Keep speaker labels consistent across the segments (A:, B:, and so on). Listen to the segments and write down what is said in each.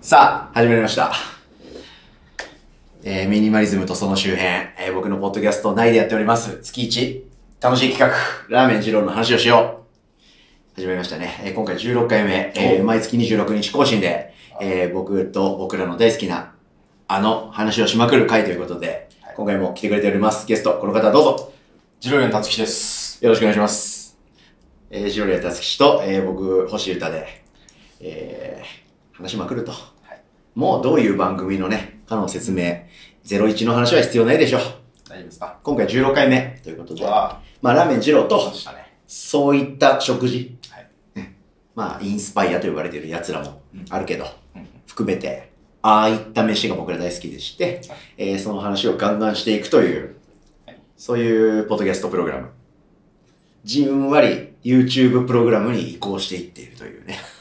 A: さあ、始まりました。えー、ミニマリズムとその周辺、えー僕のポッドキャスト内でやっております。月1、楽しい企画、ラーメン二郎の話をしよう。始まりましたね。えー今回16回目、えー毎月26日更新で、えー僕と僕らの大好きな、あの話をしまくる回ということで、今回も来てくれております。ゲスト、この方どうぞ。
B: ジロリアン達樹です。
A: よろしくお願いします。えー、ジロリアタツキ氏と、えー僕、星歌で、えー話しまくると。もうどういう番組のね、かの説明、01の話は必要ないでしょう。
B: 大丈夫ですか
A: 今回16回目ということで、
B: わ
A: まあ、ラーメン二郎
B: あ、そう
A: と
B: で、したね。
A: そういった食事、
B: はい
A: ねまあ、インスパイアと呼ばれてる奴らもあるけど、
B: うん
A: 含めて、ああいった飯が僕ら大好きでして、
B: はい
A: えーその話をガンガンしていくという、
B: はい
A: そういうポッドキャストプログラム。じんわり YouTube プログラムに移行していっているというね。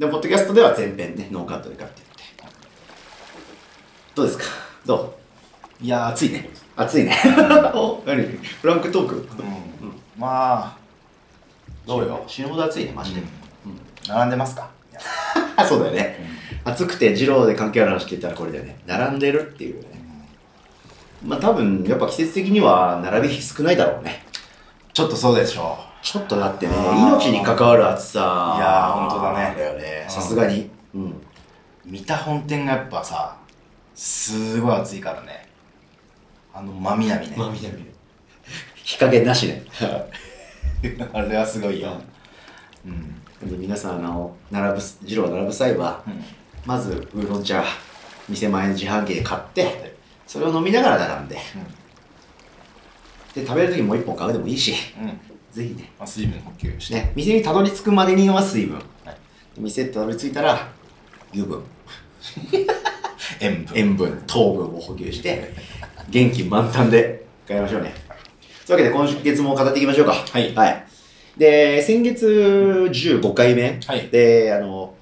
A: で、ポッドキャストでは全編ね、ノーカットでカットやって。どうですかど
B: いやー、暑いね。
A: う暑 いね。お何フランクトーク
B: うん。まあ、どうよ。
A: 死ぬほど暑いね、マジで。
B: うん並んでますかいや
A: あ そうだよね。暑くて二郎で関係ある話って言ったらこれだよね。並んでるっていうね。まあ多分、やっぱ季節的には並び少ないだろうね。
B: ちょっとそうでしょ
A: ちょっとだってね、
B: あー
A: 命に関わる暑さ。
B: いやーほんとだね
A: だよね。
B: うん
A: さすがに。うん。
B: う。三田本店がやっぱさ、すごい暑いからね。あの、真南ね。
A: みなみ日陰なしね。
B: あれはすごいよ。うん。
A: で皆さん、あの、並ぶ、二郎並ぶ際は、
B: うん。
A: まず、ウーロン茶、店前の自販機で買って、それを飲みながら並んで、で、食べるときもう一本買うでもいいし、
B: うん。うん。
A: ぜひね。
B: まあ、水分補給して。
A: ね、店にたどり着くまでには水分。
B: はい
A: 店にたどり着いたら、油分。
B: 塩分。
A: 塩分糖分を補給して元気満タンで帰りましょうねというわけで今月も語っていきましょうか
B: はい
A: で先月15回目、
B: はい
A: であの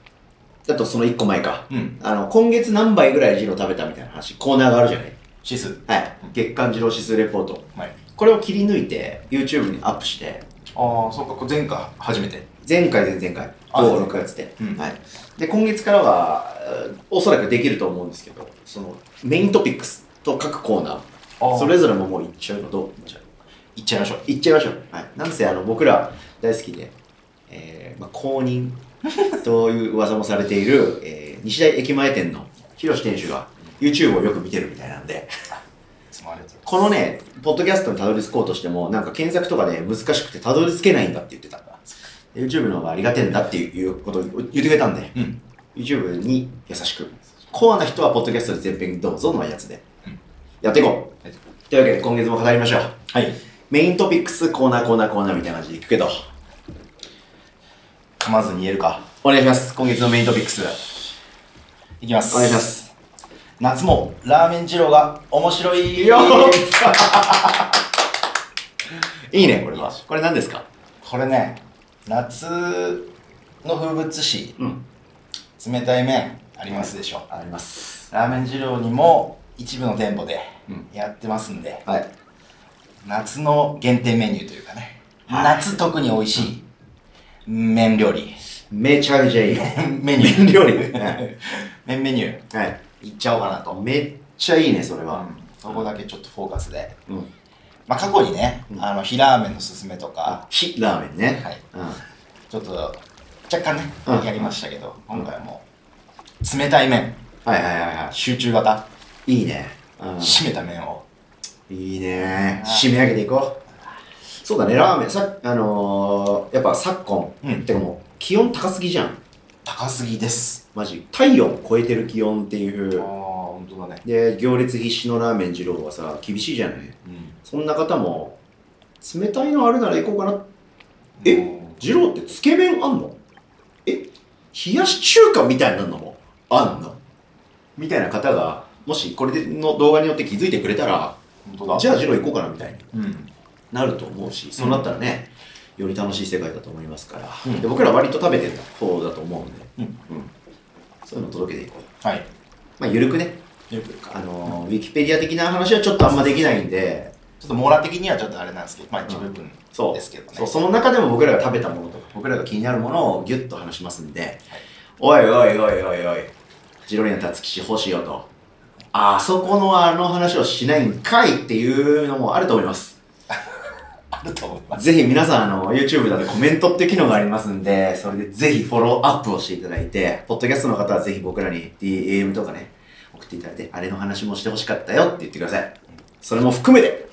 A: あとその1個前か
B: うん。
A: あの今月何杯ぐらいジロー食べたみたいな話コーナーがあるじゃない
B: シス。
A: はい月間ジロー指数レポート
B: はい。
A: これを切り抜いて YouTube にアップして
B: ああ、そっか、これ前回初めて。
A: 前回前々回
B: あ
A: 5、6月で、
B: うん
A: はい、で今月からはえーおそらくできると思うんですけどそのメイントピックスと各コーナーそれぞれももう行っちゃうのどう
B: いっちゃいましょう。
A: 行っちゃいましょう。はい。なんせあの僕ら大好きで、えーまあ、公 認という噂もされている、えー西大駅前店の広志店主が YouTube をよく見てるみたいなんで、
B: いつもありがとうございます
A: このね、ポッドキャストにたどり着こうとしても、なんか検索とかで難しくてたどり着けないんだって言ってた。で YouTube の方がありがてえんだっていうことを言ってくれたんで、
B: うん
A: YouTube に優しく。コアな人はポッドキャストで全編どうぞのやつで
B: うん、
A: やっていこう。
B: はい
A: というわけで今月も語りましょう。
B: はい
A: メイントピックスコーナーコーナーコーナーみたいな感じでいくけど、
B: 噛まずに言えるか
A: お願いします。今月のメイントピックス。
B: いきます
A: お願いします。
B: 夏もラーメン二郎が面白い
A: いいね、これは。これ何ですか
B: これね夏の風物詩
A: うん。
B: 冷たい麺ありますでしょ
A: あります。
B: ラーメン二郎にも一部の店舗で
A: うん
B: やってますんで、
A: はい。
B: 夏の限定メニューというかね、夏特に美味しい麺料理
A: めちゃめちゃいいよ。
B: メニュー
A: 麺料理
B: 麺メニュー
A: はい。
B: いっちゃおうかなと、
A: めっちゃいいね、それ
B: う
A: は。
B: んそこだけちょっとフォーカスで
A: うん。
B: まあ、過去にね、
A: うん
B: あの、火ラーメンのすすめとか、
A: 火、ラーメンね。
B: はい
A: うん。
B: ちょっと、若干ね、
A: うん
B: やりましたけど、今回はもう、冷たい麺、
A: はいはいはいは
B: 集中型、
A: い。いいね。うん。
B: 締めた麺を、
A: いいね。
B: うん
A: 締め上げていこう。そうだね、ラーメン、さあのー、やっぱ昨今、
B: うん
A: てかもう、気温高すぎじゃん。
B: 高すぎです。
A: マジ体温を超えてる気温っていう
B: 本当だね。
A: で行列必至のラーメン二郎はさ厳しいじゃない
B: うん。
A: そんな方も冷たいのあるなら行こうかなえ
B: もう
A: 二郎ってつけ麺あんのえ冷やし中華みたいなのもあんのみたいな方がもしこれでの動画によって気づいてくれたら
B: 本当だ。
A: じゃあ二郎行こうかなみたいに
B: うん。
A: なると思うしそうなったらね、より楽しい世界だと思いますから、
B: うん
A: で僕ら割と食べてる方だと思うんで、
B: うん
A: そういうの届けていこう
B: はい。
A: まあ緩くね
B: よくか。
A: あのウィキペディア的な話はちょっとあんまできないんで、
B: ちょっと網羅的にはちょっとあれなんですけど、まあ一部分
A: そう
B: ですけどね。
A: そうその中でも僕らが食べたものとか、僕らが気になるものをギュッと話しますんで、おいおいおいおいおい。ジロリアン辰吉欲しいよと。あそこのあの話をしないんかいっていうのもあると思います。
B: あると思います。
A: ぜひ皆さんあの YouTube だとコメントっていう機能がありますんで、それでぜひフォローアップをしていただいて、ポッドキャストの方はぜひ僕らに DM とかね、送っていただいて、あれの話もしてほしかったよって言ってください。それも含めて、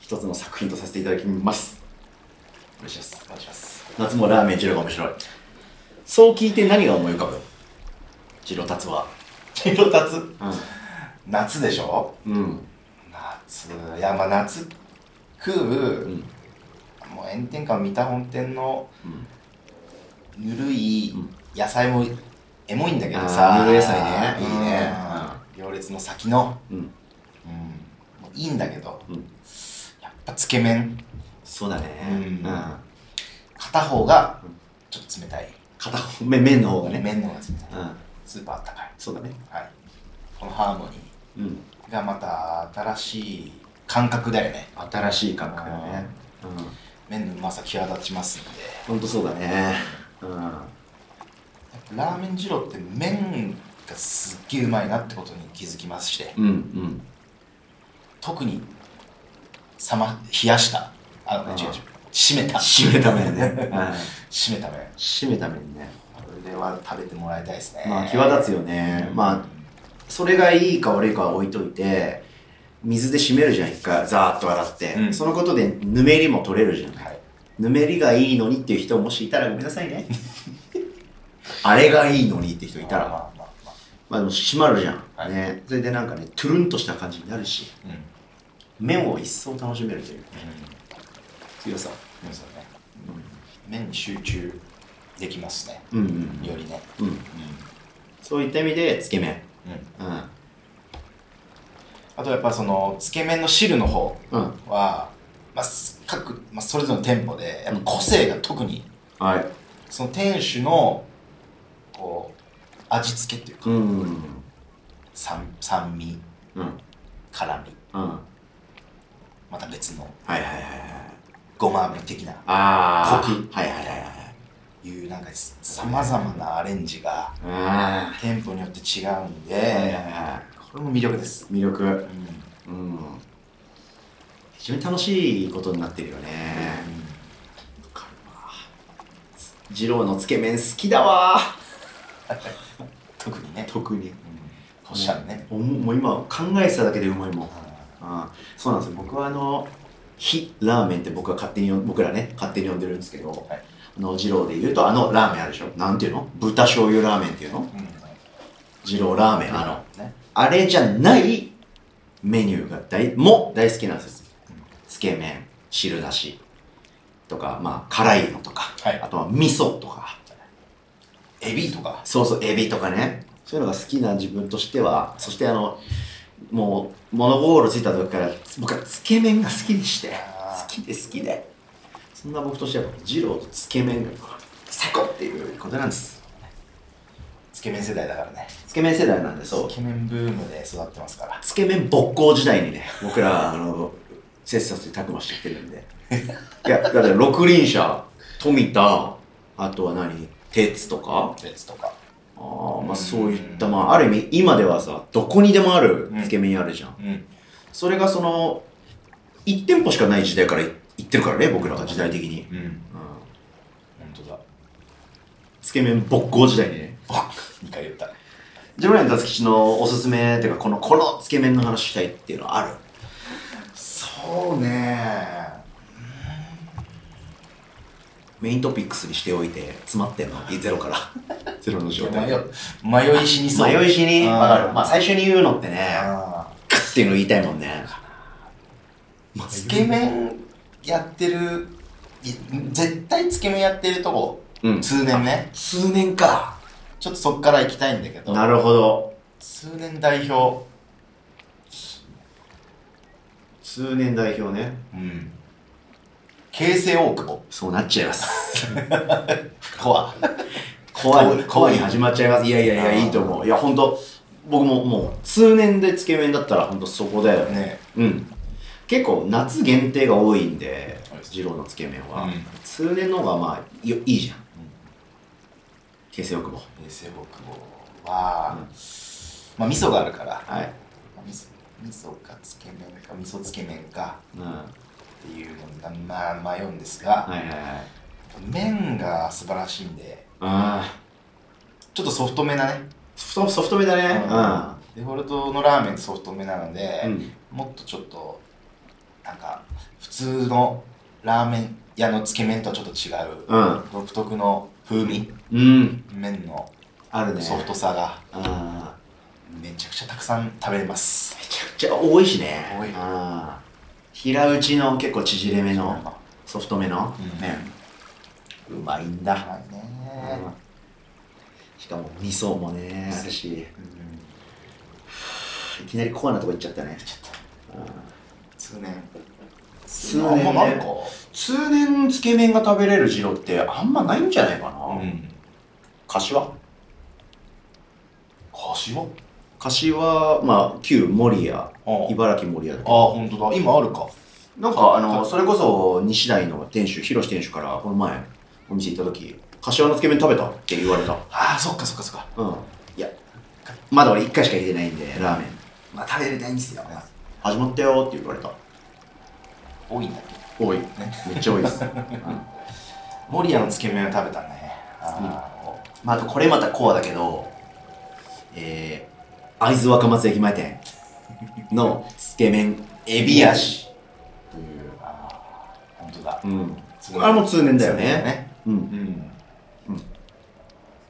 A: 一つの作品とさせていただきます。お願いします。
B: お願いします。
A: 夏もラーメン二郎が面白いそう聞いて何が思い浮かぶ二郎達は
B: 黄色立つ。
A: う
B: 夏でしょ
A: んうん
B: 夏。いや、まあ夏、クー
A: う
B: ル、
A: ん
B: もう炎天下を見た本店の
A: うん
B: ぬるい
A: うん
B: 野菜もエモいんだけど
A: あ
B: さ。
A: ーぬるい野菜ね
B: いいね。行列の先の。
A: うん
B: うん。もういいんだけど、
A: うん
B: やっぱつけ麺。
A: そうだね
B: うん
A: うん
B: 片方が
A: うん
B: ちょっと冷たい、
A: 片方目麺の方がね
B: 麺の方が冷た
A: う
B: い、
A: ん
B: スーパーあったかい、
A: そうだね
B: はい、このハーモニ
A: うん
B: ーがまた新しい感覚だよね
A: 新しい感覚だねうん
B: 麺のうまさ際立ちますんで
A: ほんとそうだねうん
B: やっぱラーメン二郎って麺がすっげえうまいなってことに気づきまして
A: うんうん
B: 特に冷,、ま、冷やしたあ
A: あー
B: 違う違う締めた
A: 締めた麺 ねうん
B: 締めた麺
A: 締めた麺ね
B: これは食べてもらいたいですね
A: まあ際立つ
B: よ
A: よねまあそれがいいか悪いかは置いといて水で締めるじゃん一回ザーッと洗って、
B: うん
A: そのことでぬめりも取れるじゃん
B: はい
A: ぬめりがいいのにっていう人もしいたらごめんなさい ねあれがいいのにって人いた
B: ま
A: ら
B: あまあまあ、
A: まあでも締まるじゃん、
B: はい
A: ねそれでなんかねトゥルンとした感じになるし
B: うんうん
A: 麺を一層楽しめるという強さ
B: そうですよね、面に集中できますね
A: うんうん
B: よりね
A: うん、うん、そういった意味でつけ麺
B: うん、うん、
A: うん
B: あとやっぱそのつけ麺の汁の方
A: うん
B: は、まあ、す各、まあ、それぞれの店舗でやっぱ個性が特に
A: はい
B: その店主のこう味付けっていうか
A: うんうん
B: 酸酸味
A: うんうん
B: 辛味
A: は
B: また別の
A: いはいはいはい
B: ごま油的な
A: ああ
B: コキ
A: はいはいはいはい
B: いうなんかさまざまなアレンジが
A: あ
B: 店舗によって違うん
A: はいは
B: で
A: いは
B: これも魅力です、
A: い魅力
B: うんう
A: う
B: ん
A: ん非常に楽しいことになってるよね二郎のつけ麺好きだわ
B: 特にね、
A: 特に
B: うん、おっしゃるね、
A: おもう今考えてただけでうまいもん
B: うん
A: あそうなんですよ僕はあの「非ラーメン」って僕は勝手に呼ん僕らね勝手に呼んでるんですけど、
B: はい
A: あの二郎で言うとあのラーメンあるでしょなんていうの豚醤油ラーメンっていうの二郎ラーメンあの
B: ね、
A: あれじゃないメニューが大も大好きなんですよ
B: うん。
A: つけ麺、汁なしとか、まあ、辛いのとか、
B: はい
A: あとは味噌とか、
B: エビとか、
A: そうそう、エビとかね。そういうのが好きな自分としては、そしてあの、もう、物心ついた時から、僕はつけ麺が好きでして、
B: あ
A: 好
B: ー
A: きで好きで。そんな僕としては、二郎とつけ麺が最高っていうことなんです。
B: つけ麺世代だからね。
A: つけ麺世代なんで、そう
B: つ。け麺ブームで育ってますから。
A: つけ麺勃興時代にね、僕ら、あの、切磋琢磨してきてるん で。いや、だから六輪車、富田、あとは何、鉄とか、
B: 別とか。
A: あーまあそういった、まあある意味、今ではさ、どこにでもあるつけ麺あるじゃん。
B: うん。
A: それがその、1店舗しかない時代からい行ってるからね、僕らが時代的に。うん。
B: うん。本当だ。
A: つけ麺勃興時代にね。
B: 2回言った。
A: ジョブラン達吉のおすすめっていうか、この、このつけ麺の話したいっていうのはある。
B: そうね
A: メイントピックスにしておいて、詰まってんの、ゼロから。 ゼロの状態。
B: 迷い、迷い死にそう。
A: 迷い死に、
B: あー
A: わかる。まあ、最初に言うのってね、
B: あ
A: カッっていうの言いたいもんね。ま
B: ー
A: あ
B: つけ麺やってる、い絶対つけ麺やってるとこ、
A: うん。
B: 通年ね。
A: 数年か。
B: ちょっとそっから行きたいんだけど、
A: なるほど。
B: 通年代表。
A: 数年代表ね。
B: うん。形成大久保。
A: そうなっちゃいます。
B: コア。
A: 怖
B: 遠
A: い、
B: い
A: 怖いに始まっちゃいます。いやいやい
B: あ
A: や、
B: ー
A: いいと思う。いや、ほんと、僕ももう、通年でつけ麺だったらほんとそこだよね。
B: ね
A: うん。結構夏限定が多いんで
B: そうで、す
A: 二郎のつけ麺は。
B: うん
A: 通年の方がまあ、よいいじゃん。っ形成欲望。
B: 平成僕は、まあ味噌があるから、
A: はい。
B: まあ味噌味噌かつけ麺か味噌つけ麺か
A: うん。は
B: っていうのにまあ迷うんですが、
A: いはいはい。
B: 麺が素晴らしいんで
A: あ
B: ちょっとソフトめなね、
A: ーソフト、ソフト目だね。
B: デフォルトのラーメンソフトめなので、
A: うん。
B: もっとちょっとなんか普通のラーメン屋のつけ麺とはちょっと違う
A: うん。
B: 独特の風味
A: うん。
B: 麺の
A: あるね。
B: ソフトさが
A: あー
B: めちゃくちゃたくさん食べれます
A: めちゃくちゃ多いしね。
B: 多い
A: あー平打ちの結構縮れ目の、ソフトめの
B: うん
A: 麺。うまいんだ。
B: はいね
A: しかも味噌もね、
B: 味噌
A: あるし。
B: うん
A: いきなりコアなとこ行っちゃったね。
B: ちょっ
A: うん
B: と通年
A: 通年ね
B: あんまなんか
A: 通年つけ麺が食べれる二郎ってあんまないんじゃないかな。
B: ん
A: 柏
B: 柏
A: 柏、まあ、旧守谷、
B: あ
A: 茨城守谷だけ
B: あ
A: ど
B: 本当だ今あるか
A: なんか、あ
B: は
A: の、
B: い
A: それこそ、西大の店主、広志店主から、この前、お店行った時、柏のつけ麺食べたって言われた。
B: ああそっかそっかそっか
A: うん。いや、まだ俺一回しか入れてないんで、ラーメン。まあ、食べれないんですよ。始まったよって言われた。
B: 多いんだっけ
A: 多い。
B: ね
A: めっちゃ多い です。うん
B: 守谷のつけ麺を食べたねあ
A: まあ、あと、これまたコアだけど、えー、会津若松駅前店のつけ麺、エビ味。
B: ーというあー本当だ
A: うん。あれも通年だよねう
B: 通
A: ん。
B: 年だねう
A: うんん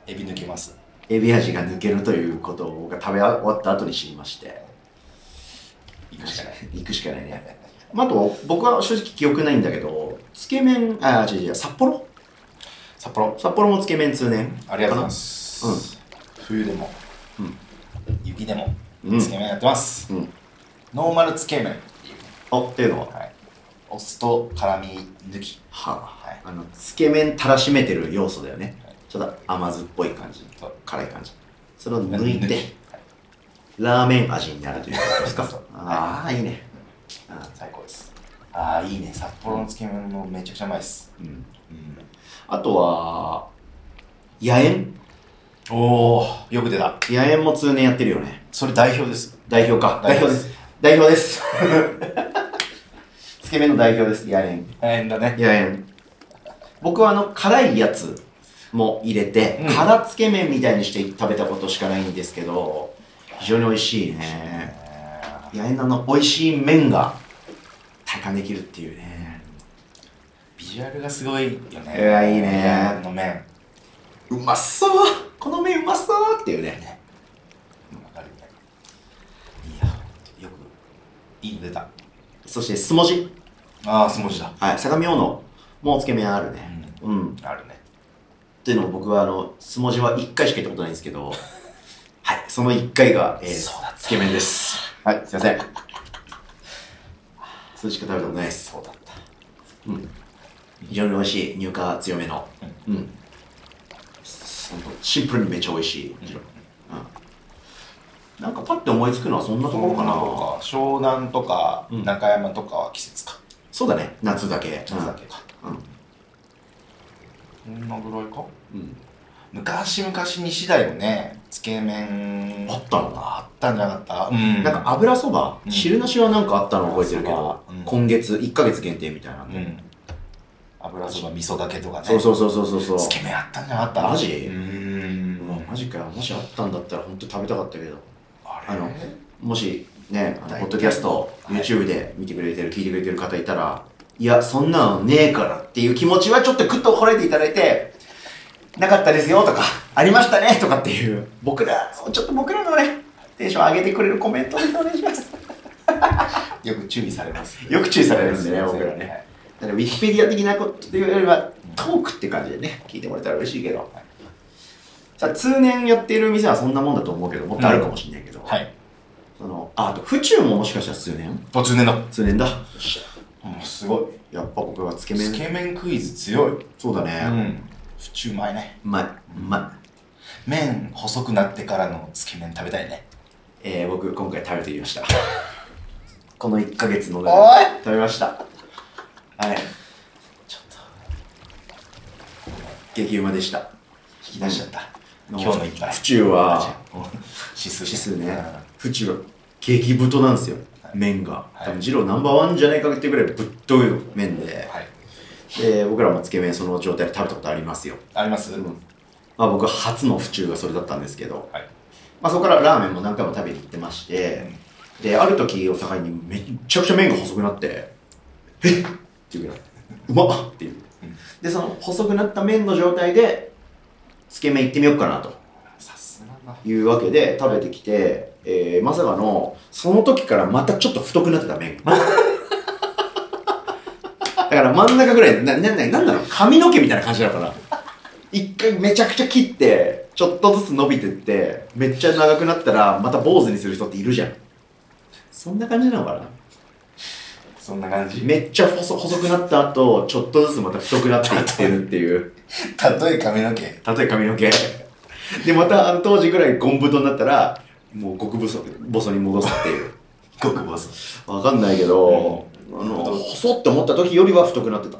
B: エビ抜けます
A: エビ味が抜けるということを僕が食べ終わった後に知りまして。
B: 行くしかない
A: 行くしかないね。まあ、あと、僕は正直記憶ないんだけど、つけ麺、あ、違う違う、札幌
B: 札幌
A: 札幌もつけ麺通年。
B: ありがとうございます
A: うん
B: 冬でも
A: うん
B: 雪でも
A: うん
B: つけ麺やってます
A: うん
B: ノーマルつけ麺っていうね
A: あ、っていうのは、
B: はいお酢と辛み抜き
A: は
B: はい
A: あ、あの、つけ麺たらしめてる要素だよね
B: はい。
A: ちょっと甘酸っぽい感じ
B: そう、
A: 辛い感じ。それを抜いて、
B: はい
A: ラーメン味になるということですか
B: そう。
A: ああ、いいね。あ
B: 最高ですああいいね札幌のつけ麺もめちゃくちゃうまいです
A: うん、
B: うん
A: あとは、野縁
B: おおよく出た
A: 野縁も通年やってるよね。
B: それ代表です
A: 代表か。代表です。代表です。つけ麺の代表です、 野縁。
B: 大変だね
A: 野縁。僕はあの、辛いやつも入れて、
B: うん
A: 辛つけ麺みたいにして食べたことしかないんですけど、非常に美味しいね。野縁のあの、美味しい麺が体感できるっていうね。
B: ビジュアルがすごいよね
A: うわいいね
B: あの麺
A: うまそうこの麺うまそうっていうね。
B: わかるねいやよくいいの出た
A: そして、すもじ。
B: ああスモージだ
A: はい、相模大野もつけ麺あるね。うん。
B: あるね
A: っていうのも僕はあの、すもじは1回しか行ったことないんですけど、 はい、その1回が、えー、
B: そうだった
A: つけ麺です。はい、すいません。 それしか食べたことないです。
B: そうだった
A: うん。非常に美味しい、乳化強めの。うん。そのシンプルにめっちゃ美味しい。うん。なんかパッて思いつくのはそんなところかな。
B: 湘南とか
A: うん
B: 中山とかは季節か
A: そうだね、夏だけ。
B: 夏だけか
A: うん。
B: こんなぐらいか
A: うん。
B: 昔昔に次第もねつけ麺
A: あったの
B: あったんじゃなかったうん
A: なんか油そば、
B: うん
A: 汁なしはなんかあったの覚えてるけど、
B: 油そばうん
A: 今月1ヶ月限定みたいな
B: うん
A: で、
B: ん油そば味噌だけとかね
A: そうそうそうそうそうそう
B: つけ麺あったんじゃなかった
A: マジ
B: うー
A: うん
B: ん
A: マジかよもしあったんだったら本当食べたかったけど
B: あ
A: あ
B: れ
A: のもしねあ
B: は
A: の
B: い
A: ポッドキャスト
B: はい
A: YouTube で見てくれてる聞いてくれてる方いたらいやそんなのねえからっていう気持ちはちょっとグッとこらえていただいてなかったですよとかありましたねとかっていう僕らちょっと僕らのねテンション上げてくれるコメントをお願いします
B: よく注意されます
A: よく注意されるんですね
B: そう
A: 僕らねだからウィキペディア的なことというよりはトークって感じでね聞いてもらえたら嬉しいけどさあ通年やっている店はそんなもんだと思うけどもっとあるかもしれないけど、
B: はい
A: そのああと府中ももしかしたら数年
B: 突然だも
A: 数年だ
B: うすごい
A: やっぱ僕はつけ麺
B: つけ麺クイズ強いうん
A: そうだね
B: 府中うまいね
A: うまいうまい
B: 麺細くなってからのつけ麺食べたいね
A: えー、僕今回食べてみましたこの1ヶ月の
B: おい
A: 食べましたはい
B: ちょっと
A: 激うまでした
B: 引き出しちゃった今日の一杯
A: 府中は、
B: 指数
A: 指数
B: う
A: ね
B: ん、
A: 府中は激太なんですよ、麺が。多分、二郎ナンバーワンじゃないかっていうぐらいぶっとい麺で、
B: はい
A: で僕らもつけ麺その状態で食べたことありますよ。
B: あります、
A: まあ、僕は初の府中がそれだったんですけど、
B: はい
A: まあ、そこからラーメンも何回も食べに行ってまして、である時を境にめっちゃくちゃ麺が細くなって「えっ!」っていうぐらいうまっ!」っていうでその細くなった麺の状態でつけ麺行ってみようかなと
B: さすがだ
A: いうわけで食べてきて、えーまさかのその時からまたちょっと太くなってた麺 だから真ん中ぐらいななななんだろう髪の毛みたいな感じだから一回めちゃくちゃ切ってちょっとずつ伸びてってめっちゃ長くなったらまた坊主にする人っているじゃんそんな感じなのかな
B: そんな感じ
A: めっちゃ細細くなった後ちょっとずつまた太くなっていってるっていう
B: たとえ髪の毛
A: 例えば髪の毛でまたあの当時ぐらいゴンブトになったらもう極細細に戻すっていう
B: ごく ボ
A: わかんないけど、あの細って思った時よりは太くなってた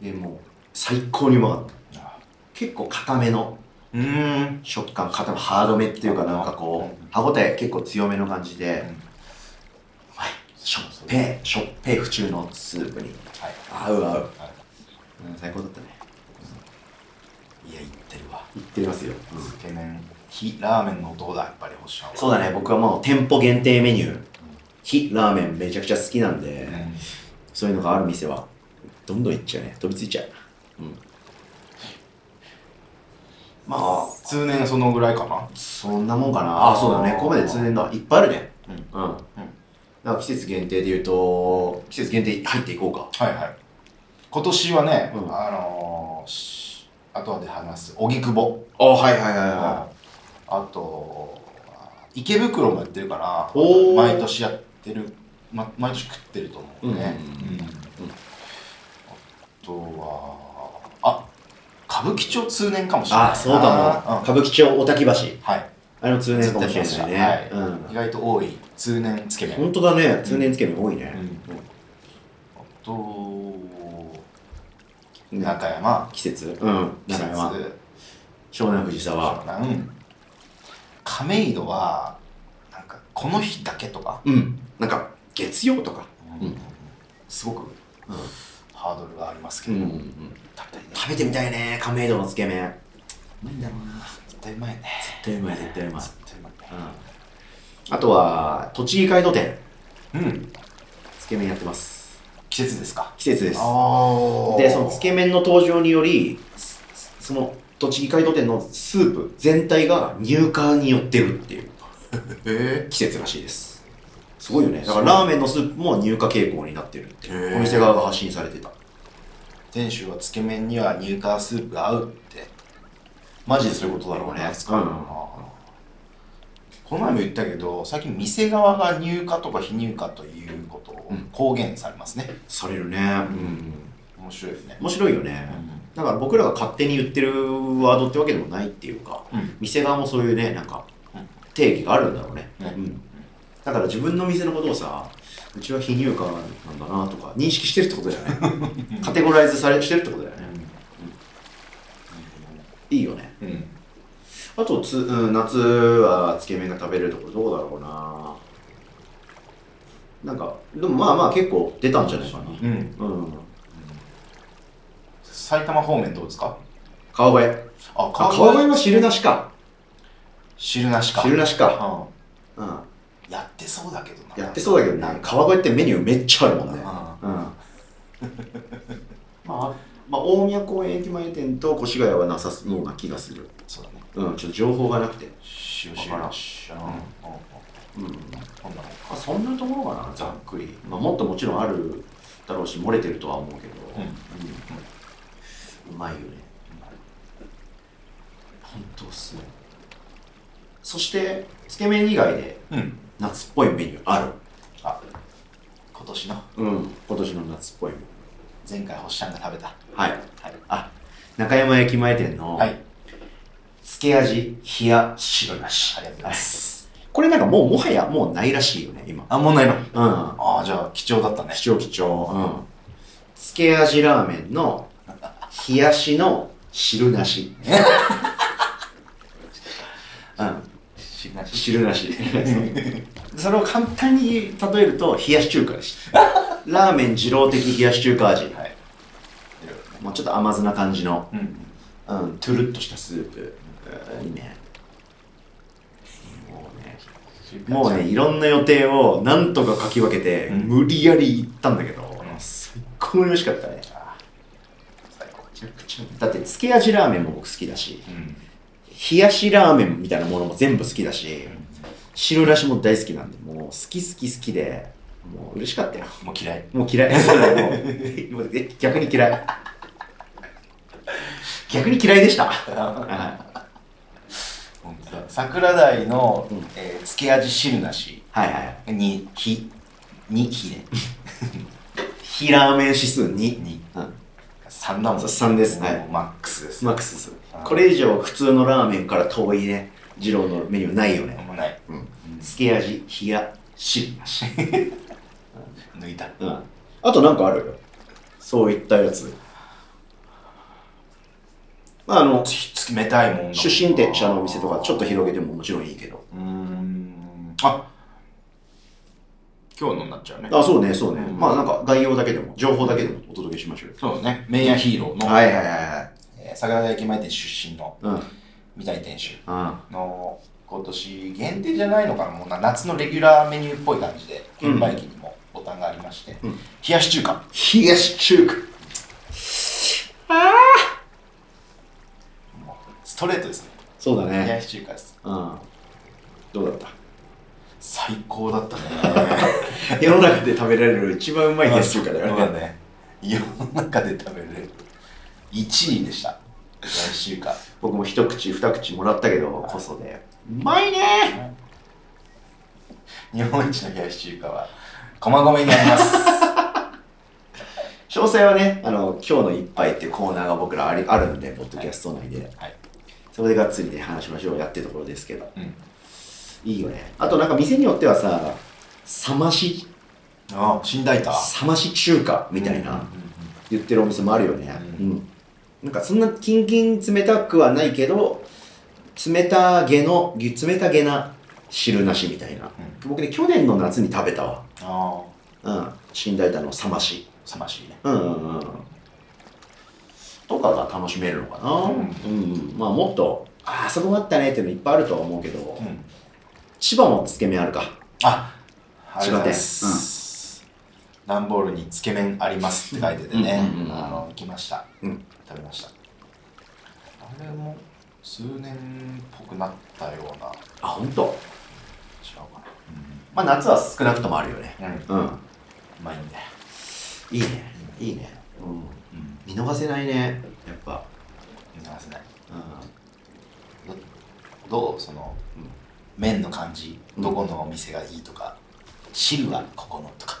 A: でもう最高にうまかった結構硬めの
B: うーん
A: 食感硬めハードめっていうかなんかこう歯応え結構強めの感じで、
B: うん
A: はいしょっぺーしょっぺー府中のスープに
B: は
A: 合
B: い
A: う合う、
B: はい
A: うん、最高だったねいやいってるわいってますよ、
B: つけ麺火ラーメンの音だやっぱり星さんは
A: そうだね、僕はもう店舗限定メニュー、非ラーメンめちゃくちゃ好きなんで、
B: うん
A: そういうのがある店は、どんどん行っちゃうね、飛びついちゃう。
B: まあ通年そのぐらいかな
A: そんなもんかな。あ、そうだね、ここまで通年だ。いっぱいあるね。うん。うん。だから季節限定で言うと、季節限定入っていこうか。
B: はいはい今年はね、
A: うん
B: あのーし、後で話す荻窪、
A: あ、はいはいはい
B: あと池袋もやってるから
A: おー
B: 毎年やってる、ま、毎年食ってると思うね、
A: うん
B: うんあとはあ歌舞伎町通年かもしれないな
A: あ、そうかも。歌
B: うん
A: 舞伎町おたき橋。
B: はい
A: あれも通年かもしれないね。
B: はい意外と多い通年つけ
A: うん。
B: 麺
A: 本当だね、通年つけ麺多いね。
B: あと
A: うん
B: 中山
A: 季節。うん。
B: 季
A: 名前は。
B: 節
A: 湘南藤沢。
B: うん亀戸はなんかこの日だけとか、
A: うん。なんか、月曜とか。うん
B: すごく、ハードルがありますけど、食べたいね
A: 食べてみたいね亀戸のつけ麺
B: なんだろうな絶対うまいね
A: 絶対うまい絶対うまい、
B: 絶対うまいね
A: あとは栃木街道店
B: うん
A: つけ麺やってます
B: 季節ですか
A: 季節です
B: あ
A: でそのつけ麺の登場によりすその栃木街道店のスープ全体が入荷によってるっていう
B: え
A: 季節らしいですすごいよねだからラーメンのスープも入荷傾向になってるって
B: へー
A: お店側が発信されてた
B: 店主はつけ麺には乳化スープが合うってマジでそういうことだろうね、
A: うん
B: 使うのかなこの前も言ったけど最近店側が入荷とか非入荷ということを
A: うん
B: 公言されますね、
A: されるねうん
B: 面白いですね、
A: 面白いよね、だから僕らが勝手に言ってるワードってわけでもないっていうか、
B: うん
A: 店側もそういうねなんか
B: うん
A: 定義があるんだろうね、
B: ね
A: うん、だから自分の店のことをさうちは非入荷なんだなとか認識してるってことだよ ねカテゴライズされしてるってことだよねいいよね
B: うん
A: あとつ、うん、夏はつけ麺が食べれるとこどうだろうななんかでもまあまあ結構出たんじゃないかな
B: うん、
A: うん
B: 埼玉方面どうですか
A: 川越
B: あ
A: あ
B: 川
A: 川越
B: 越
A: は汁なしか
B: 汁なしか
A: 汁なしか
B: う
A: うん
B: ん、やってそうだけどな
A: やってそうだけど
B: な
A: ね
B: ん、か
A: 川越ってメニューめっちゃあるもんね。うん。
B: あ
A: まあ、まあ、大宮公園駅前店と越谷はなさそうな気がする。
B: そうだ
A: う
B: ね
A: ん、ちょっと情報がなくて。
B: 塩汁なしうんうん
A: う
B: うん
A: ん。
B: こんな
A: ま
B: もん
A: あ、そんなところかな、ざっくり。まあ、もっともちろんあるだろうし、漏れてるとは思うけど。
B: うん
A: うんうまいよね。本当っすね。そして、つけ麺以外で
B: うん
A: 夏っぽいメニューある。
B: あ今年の
A: うん、今年の夏っぽいメニュー。
B: 前回星ちゃんが食べた
A: はい。
B: はい
A: あ、中山駅前店の、
B: はい
A: つけ味冷や白だし。
B: ありがとうございます
A: これなんかもうもはやもうないらしいよね、今。
B: あもうないの
A: うん。
B: ああじゃあ貴重だったね
A: 貴重貴重。うん。 つけ味ラーメンの冷やしの汁なし。うん。
B: 知らない
A: 汁なし。 それを簡単に例えると、冷やし中華で した。ラーメン二郎的冷やし中華味。
B: はい
A: もうちょっと甘酢な感じの、
B: うん
A: うん、トゥルッとしたスープ。うん、いいね。もうね、もうね、いろんな予定をなんとか書き分けて、
B: うん
A: 無理やり行ったんだけど、
B: ん
A: 最高に美味しかったね。
B: 最高
A: めちゃくちゃだって、つけ味ラーメンも僕好きだし、
B: うん
A: 冷やしラーメンみたいなものも全部好きだし、汁なしも大好きなんで、もう好き好き好きで、もう嬉しかったよ。
B: もう嫌い
A: もう嫌い。 そうだよもうえ逆に嫌い。逆に嫌いでした。はい
B: 本当だ桜台の、
A: うん
B: えー、漬け味汁なし
A: はいはい。
B: にひにひね
A: 非ラーメン指数2。
B: に
A: うん、
B: 三だもん
A: そう三です
B: もう
A: はい
B: マックスです
A: マックスです
B: あー
A: これ以上普通のラーメンから遠いね、二郎のメニューないよね。
B: もうない
A: うん。つけ味、冷や、汁なし。
B: 抜いた
A: うん。あとなんかあるそういったやつ。まああの、
B: つ冷たいもん
A: 出身店者のお店とかちょっと広げてももちろんいいけど。
B: うーんあ今日のになっちゃうね
A: あ、そうね、そうね。
B: うん
A: まあなんか概要だけでも、情報だけでもお届けしましょうよ。
B: そうだねメイヤヒーローの、
A: はいはいはいはい。
B: えー桜台駅前店出身の
A: うん。うん。
B: 三谷店主
A: あ
B: の今年限定じゃないのかなもうな夏のレギュラーメニューっぽい感じで
A: うん
B: 券売機にもボタンがありまして、
A: うん
B: 冷やし中華
A: 冷やし中華。
B: ストレートですね
A: そうだ
B: 冷
A: ね。
B: やし中華です
A: うん。どうだった
B: 最高だったね
A: 世の中で食べられる一番うまい冷やし中華だ
B: そう
A: よね。
B: ね世の中で食べれる1位でした冷やし中華
A: 僕も一口二口もらったけど、こそで。うまいね
B: 日本一の冷やし中華は駒込にあります
A: 詳細はね、あの、今日の一杯っていうコーナーが僕らありあるんで、ポッドキャスト内で。
B: はい、
A: そこでがっつりで話しましょうやってるところですけど。
B: うん、
A: いいよね。あとなんか店によってはさ、冷まし、
B: あ死んだいた
A: 冷まし中華みたいな。言ってるお店もあるよね、う
B: うん
A: なんかそんなキンキン冷たくはないけど冷たげのぎ冷たげな汁なしみたいな、僕ね去年の夏に食べたわ
B: あ
A: うん新大田の冷まし
B: あ冷ましいね
A: うんうんうんとかが楽しめるのかな、う
B: うん
A: んうんまあもっとああそこもあったねっていうのいっぱいあるとは思うけど、
B: うん
A: 千葉もつけ麺あるか
B: あありがとうございます、段ボールにつけ麺ありますって書いててね、
A: うんうんうん
B: あの来ました、
A: うん
B: 食べましたあれも数年っぽくなったような違
A: あ本当。
B: うか
A: まあ夏は少なくともあるよね
B: なうんう
A: うん
B: まいんだよ、
A: いいねいいね、うん、
B: うん、
A: 見逃せないねやっぱ
B: 見逃せない
A: うん
B: どどうその、
A: うん
B: 麺の感じ
A: うん
B: どこのお店がいいとか、汁はここのとか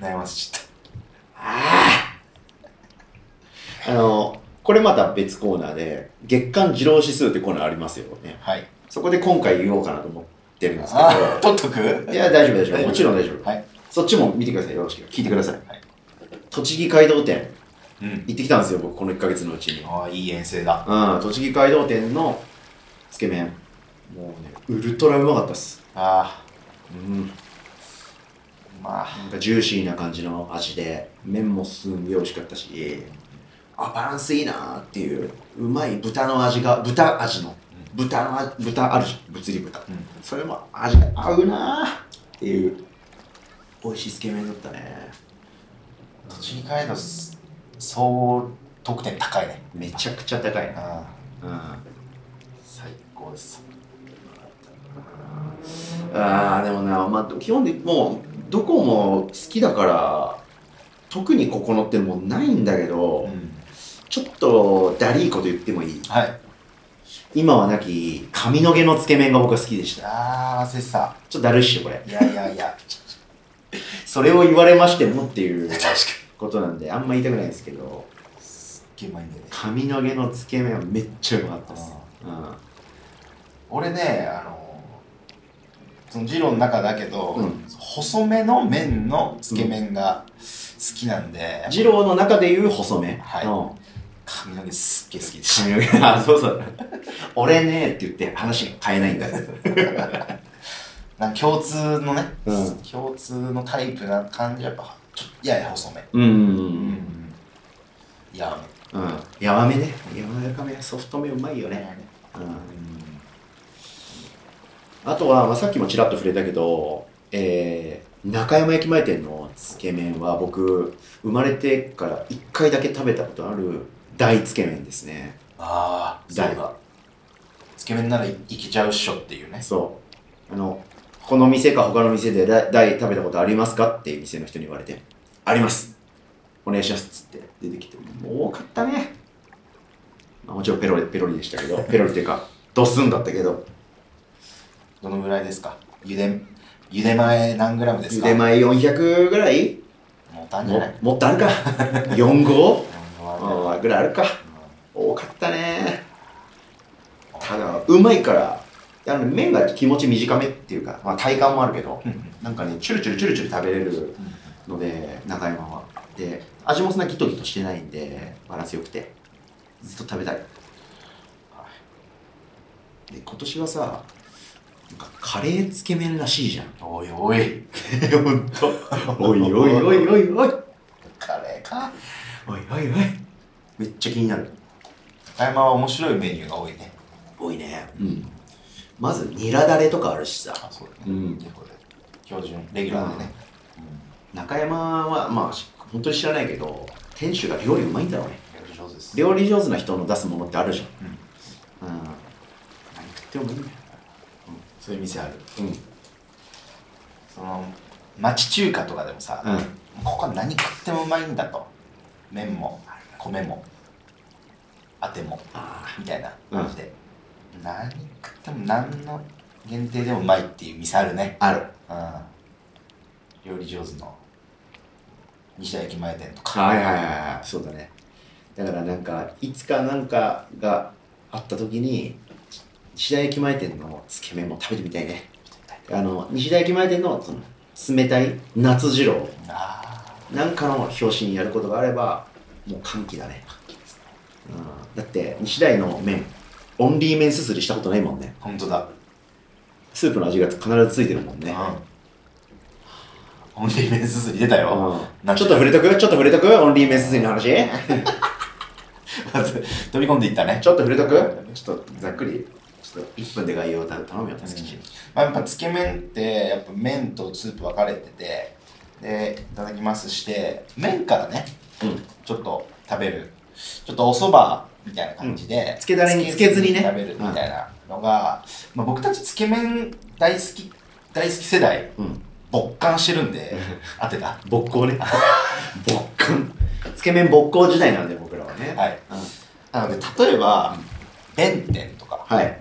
B: 悩ませちゃった
A: あのこれまた別コーナーで月間二郎指数ってコーナーありますよね
B: はい。
A: そこで今回言おうかなと思ってるんです
B: あ
A: け
B: 取っとく
A: どいや大丈夫大丈夫もちろん大丈夫、
B: はい。
A: そっちも見てくださいよろしく聞いてください、
B: はい
A: 栃木街道店
B: うん。
A: 行ってきたんですよ僕この1ヶ月のうちに
B: ああ、いい遠征だ。
A: うん栃木街道店のつけ麺もうねウルトラうまかったっす
B: ああ、
A: うん
B: まあ。
A: なんかジューシーな感じの味で麺もすんげえ美味しかったしあバランスいいなーっていううまい豚の味が豚味の豚の味豚あるじゃん物理豚
B: うん。
A: それも味が合うなーっていう美味しいつけ麺だったね
B: 栃木街道、総得点高いね。
A: めちゃくちゃ高いな
B: ああ、
A: うん
B: 最高です。
A: あーでもな、まあ、基本でもうどこも好きだから特にここのってもうないんだけど、
B: ん。
A: ちょっとダリーこと言ってもいい
B: はい。
A: 今はなき髪の毛のつけ麺が僕は好きでした
B: ああ、忘れてた。
A: ちょっとだるいっしょこれ
B: いやいやいや。
A: それを言われましてもっていう
B: か
A: ことなんであんま言いたくないですけど
B: に。すっげえうまいんだよね。
A: 髪の毛のつけ麺はめっちゃうまかったです
B: 俺ね、あの、そのジロの中だけど、
A: うん
B: 細めの麺のつけ麺が好きなんで、
A: 二郎の中でいう細め
B: はい
A: うん
B: 髪の毛すっげえ好きでした。
A: 髪の毛、 あ、そうそう。俺ねって言って話が変えないんだよ。
B: なんか共通のね、
A: うん
B: 共通のタイプな感じやっぱ、ちょっとやや細め。
A: うんうん
B: うん。いや、
A: うん。うん。やわめね。やわらかめ、ソフトめうまいよ
B: ね
A: ね。うん。あとは、まあ、さっきもちらっと触れたけど、えー、中山駅前店のつけ麺は僕、生まれてから1回だけ食べたことある大つけ麺ですね。
B: ああ、そう
A: 大
B: だ。つけ麺ならいいけちゃうっしょっていうね。
A: そう。あの、この店か他の店でだ大食べたことありますかって店の人に言われて、ありますお願いしますっつって出てきて、もう多かったね。まあ、もちろんペロリ、ペロリで したけど、ペロリっていうか、ドスンだったけど、
B: どのぐらいですかゆで、ゆで前何グラムです
A: ゆ
B: か
A: で前400ぐらい
B: もうたんじゃ
A: も
B: ない
A: もっとあるか4 5
B: うんわかる
A: あーぐらいあるか多かったねただうまいからあの麺が気持ち短めっていうか、まあ、体感もあるけど
B: うんうん
A: なんかねチュルチュルチュルチュル食べれるので中山はで味もそんなギトギトしてないんでバランス良くてずっと食べたいで今年はさなんかカレーつけ麺らしいじゃん
B: おいおい
A: ほんとおいおいおいおいおい
B: カレーか
A: おいおいおいめっちゃ気になる
B: 高山は面白いメニューが多いね
A: 多いねうんまずニラだれとかあるしさ
B: あそうだ
A: う
B: ね
A: ん
B: 結構ね標準レギュラーでね
A: 中山はまあし本当に知らないけど店主が料理うまいんだろうね
B: 料理上手です
A: 料理上手な人の出すものってあるじゃん
B: うん
A: うん何食ってもいいんだよ、うん、そういう店ある
B: その町中華とかでもさ
A: うんうん
B: ここは何食ってもうまいんだと麺も米もあても
A: あ
B: みたいな感じで何食っても何の限定でもうまいっていう店あるね
A: あある
B: うん料理上手の西田駅前店とか
A: はいはいはいはいそうだねだからなんかいつかなんかがあった時に西田駅前店のつけ麺も食べてみたいねあの西田駅前店のその冷たい夏二郎
B: あ
A: なんかの表紙にやることがあればもう歓喜だね、うん、だって西大の麺オンリー麺すすりしたことないもんね
B: あ本当だ
A: スープの味が必ずついてるもんね、
B: うんオンリーメンすすり出たよ、
A: うん、ちょっと触れとくちょっと触れとくオンリー麺すすりの話
B: まず 飛び込んでいったね
A: ちょっと触れとくちょっとざっくりちょっと1分で概要を頼むよたつきち
B: まあ、やっぱつけ麺ってやっぱ麺とスープ分かれててでいただきますして麺からね
A: うん
B: ちょっと食べるちょっとおそばみたいな感じで、
A: つけだれにつけずにね
B: 食べるみたいなのが、まあ、僕たちつけ麺大好き大好き世代
A: うん
B: 勃漢してる んで当てた
A: 勃興 ね勃興つけ麺勃興時代なんで僕らはね
B: はい
A: うん
B: なので例えば弁天とか
A: はい、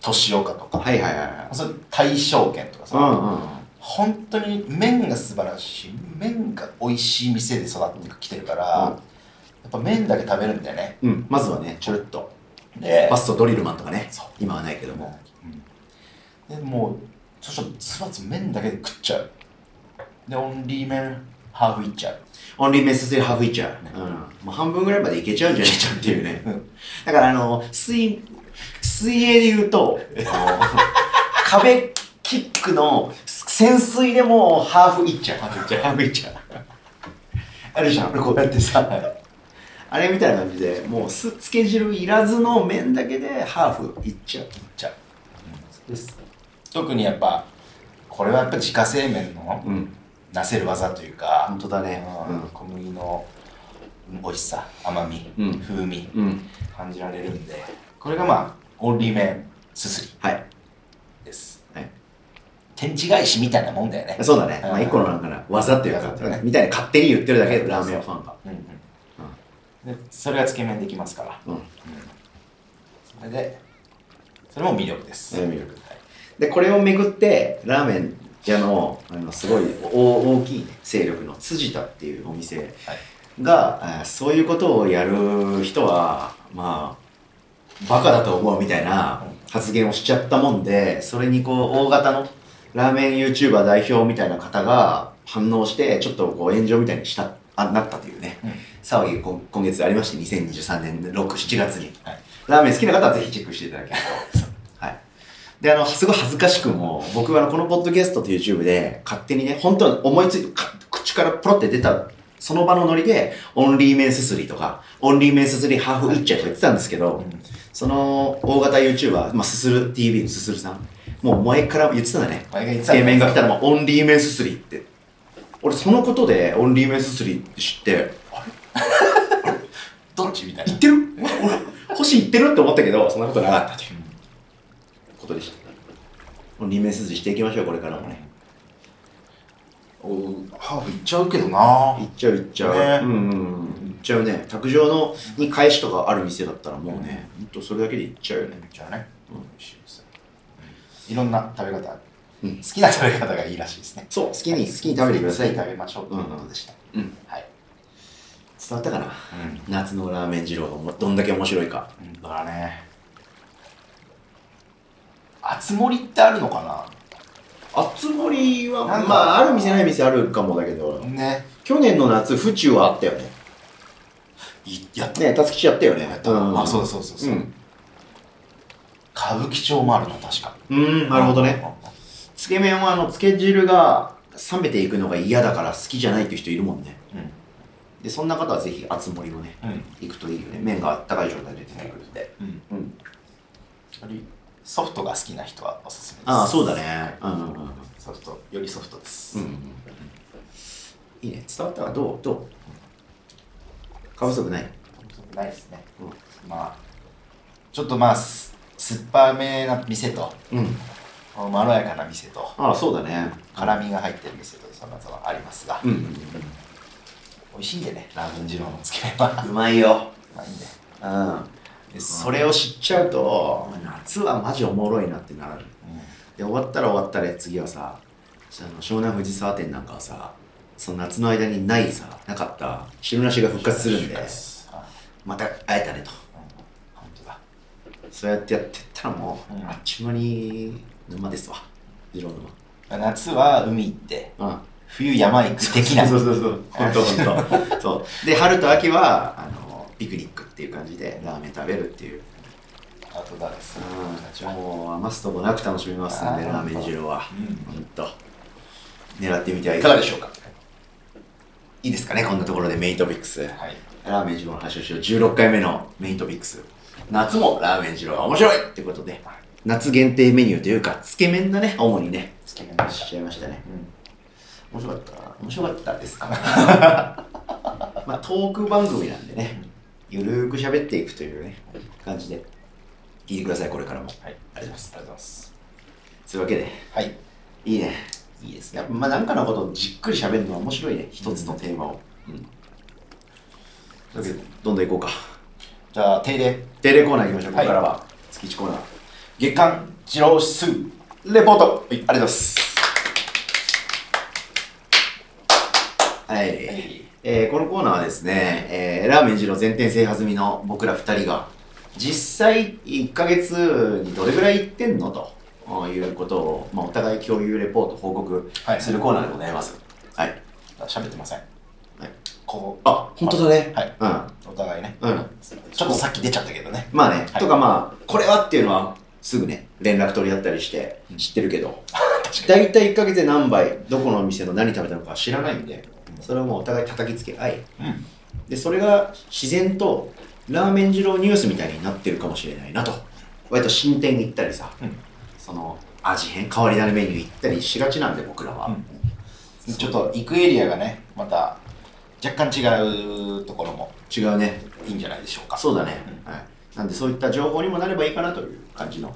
B: 年岡とか、
A: はいはいはいはい
B: それ大正軒とかさ、
A: うんうん
B: 本当に麺が素晴らしい麺が美味しい店で育ってきてるから、
A: うん
B: やっぱ麺だけ食べるんだよね
A: うん、まずはね、ちょろっと。
B: で
A: バストドリルマンとかね
B: そう、
A: 今はないけども。
B: うんでもうそしたらつばつ麺だけで食っちゃうでオンリー麺ハーフいっちゃう
A: オンリーメッセージハーフイッチャー。うん。もう半分ぐらいまでいけちゃうんじゃないかっていうね。だから、あの、水、水泳で言うと、あの壁キックの潜水でもうハーフイッチャー。ハーフイッチャー。ハーフイッチャー。あるじゃん、こうやってさ。あれみたいな感じで、もうす、つけ汁いらずの麺だけでハーフいっちゃう。
B: ちゃう
A: です。
B: 特にやっぱこれはやっぱ自家製麺の
A: うん。
B: なせる技というか、
A: 本当だね。
B: うん小麦の美味しさ甘み、
A: うん
B: 風味
A: うん。うん。
B: 感じられるんでこれがまあオンリー麺すすり
A: はい。
B: です
A: はい。
B: 天地返しみたいなもんだよね
A: そうだね。
B: うん
A: まあ、一個のなんかな、技っていうか
B: 技っていうかね、
A: みたいな勝手に言ってるだけ、ラーメン屋ファンが。
B: うんうんでそれがつけ麺できますから
A: うん。
B: それでそれも魅力です
A: それも魅力
B: はい
A: で、これをめぐって、ラーメン屋の、あの、すごいお大きいね勢力の辻田っていうお店が、あーそういうことをやる人は、まあ、バカだと思うみたいな発言をしちゃったもんで、それにこう、大型のラーメン YouTuber 代表みたいな方が反応して、ちょっとこう、炎上みたいにした、あなったというね。
B: うん
A: 騒ぎが今今月ありまして、2023年の6、7月に、
B: はい
A: ラーメン好きな方はぜひチェックしていただけると。はい。で、あの、すごい恥ずかしくも、僕はあのこのポッドキャストと YouTube で、勝手にね、本当に思いついて、か口からポロって出た、その場のノリで、オンリーメンすすりとか、オンリーメンすすりハーフウッチャーとか言ってたんですけど、
B: うん
A: その大型 YouTuber、まあ、すする TV のすするさん、もう前から言ってたんだね。
B: 前が言って
A: つ
B: たね
A: け麺が来たらもうオンリーメンすすりって。俺、そのことでオンリーメンすすりって知って、
B: どっちみたいな
A: 行ってる俺、星行ってるって思ったけど、そんなことなかったということでした。オンリーメンすすりしていきましょう、これからもね。
B: おハーフいっちゃうけどな
A: 行っちゃう行っちゃう。
B: ね
A: うんうんうん。行っちゃうね。卓上のに返しとかある店だったらもうね、ほんとそれだけで行っちゃうよね。
B: じゃあね、
A: うん
B: 美味しいですよいろんな食べ方ある、
A: うん
B: 好きな食べ方がいいらしいですね
A: そう、好きに、好きに食べてください。
B: 好きに食
A: 伝
B: べましょうということでした、
A: うんうん
B: はい、
A: わったかな
B: うん
A: 夏のラーメン二郎がもどんだけ面白いか。
B: 本当だね熱盛ってあるのか
A: あつ森は、
B: なんか
A: まあ、ある店ない店あるかもだけど
B: な、ね
A: 去年の夏、府中はあったよね。
B: いやっ
A: ねたつきちゃったよね。
B: あそう
A: う
B: だそうだそうだ
A: う
B: そうだ、
A: ん。
B: 歌舞伎町もあるの確か
A: うん、なるほどね。つけ麺は、あの、つけ汁が冷めていくのが嫌だから好きじゃないっていう人いるもんね。
B: うん
A: で、そんな方はぜひ、あつ森をね、
B: うん、
A: 行くといいよね。麺があったかい状態で出てくるんで。
B: うん、
A: うん。
B: よりソフトが好きな人はおすすめです
A: ああ、そうだね。うんうんうん。
B: ソフトよりソフトです、
A: うんうんうんいいね。伝わったらどうどう過不足ない
B: ないですね、
A: うん
B: まあちょっとまあす酸っぱめな店と
A: うん。
B: まろやかな店と
A: ああ、そうだね。
B: 辛みが入ってる店と様々ありますが、
A: うんうんうん。
B: 美味しいんでねラーメン二郎のつけ麺は
A: うまいよ。
B: まあいいんで
A: うん。でそれを知っちゃうと、夏はマジおもろいなってなる。で、終わったら終わったら次はさ、あの湘南藤沢店なんかはさ、その夏の間にないさ、なかった汁なしが復活するんで
B: 復、活あ
A: また会えたねと。
B: うん本当だ
A: そうやってやってったらもう、
B: うん
A: あっちゅう間に沼ですわ。二郎沼。
B: 夏は海行って
A: うん。
B: 冬山行く的な
A: そうそうそう本当本当 そうで春と秋はあのピクニックっていう感じでラーメン食べるっていう、
B: あとだです
A: うん、もう余すとこなく楽しみますんで
B: あー
A: ラーメン二郎は
B: うん
A: 本当狙ってみてはいかがでしょうかいいですかねこんなところでメイントピックス
B: はい
A: ラーメン二郎の話をしよう16回目のメイントピックス夏もラーメン二郎が面白いってことで夏限定メニューというかつけ麺だね主にね
B: つけ麺
A: しちゃいましたね面白かった面白かったですか まあトーク番組なんでねゆるーく喋っていくというね感じで聞いてくださいこれからも
B: はいありがとうございますありがとうございます
A: そういうわけで
B: はい
A: いいね
B: いいです
A: やっ
B: ね
A: ぱまあなんかのことをじっくり喋るのは面白いね一つのテーマをうんだけどどんどん行こうか
B: じゃあ定例
A: 定例コーナー行きましょうこ
B: は
A: こか
B: い
A: らは月1コーナー
B: 月間二郎指数
A: レポートはいありがとうございますはい、
B: い
A: えーこのコーナーはですね、えーラーメン二郎全店制覇済みの僕ら2人が実際1ヶ月にどれぐらい行ってんのとあーいうことを、まあ、お互い共有レポート報告
B: はい
A: するコーナーでございますはい、
B: 喋ってません
A: はい
B: こう
A: あ本当だね
B: はいお互いね
A: うんうん
B: ちょっとさっき出ちゃったけどね
A: まあね、
B: はい
A: とかまあこれはっていうのはすぐね連絡取り合ったりして知ってるけ ど大体1ヶ月で何杯どこのお店の何食べたのか知らないんでそれをもうお互い叩きつけ合い
B: うん
A: でそれが自然とラーメン二郎ニュースみたいになってるかもしれないなと割と新店行ったりさ、
B: うん
A: その味変変わり種メニュー行ったりしがちなんで僕らは、
B: うんちょっと行くエリアがねまた若干違うところも
A: 違うね
B: いいんじゃないでしょうか
A: あそうだね、はい、なんでそういった情報にもなればいいかなという感じの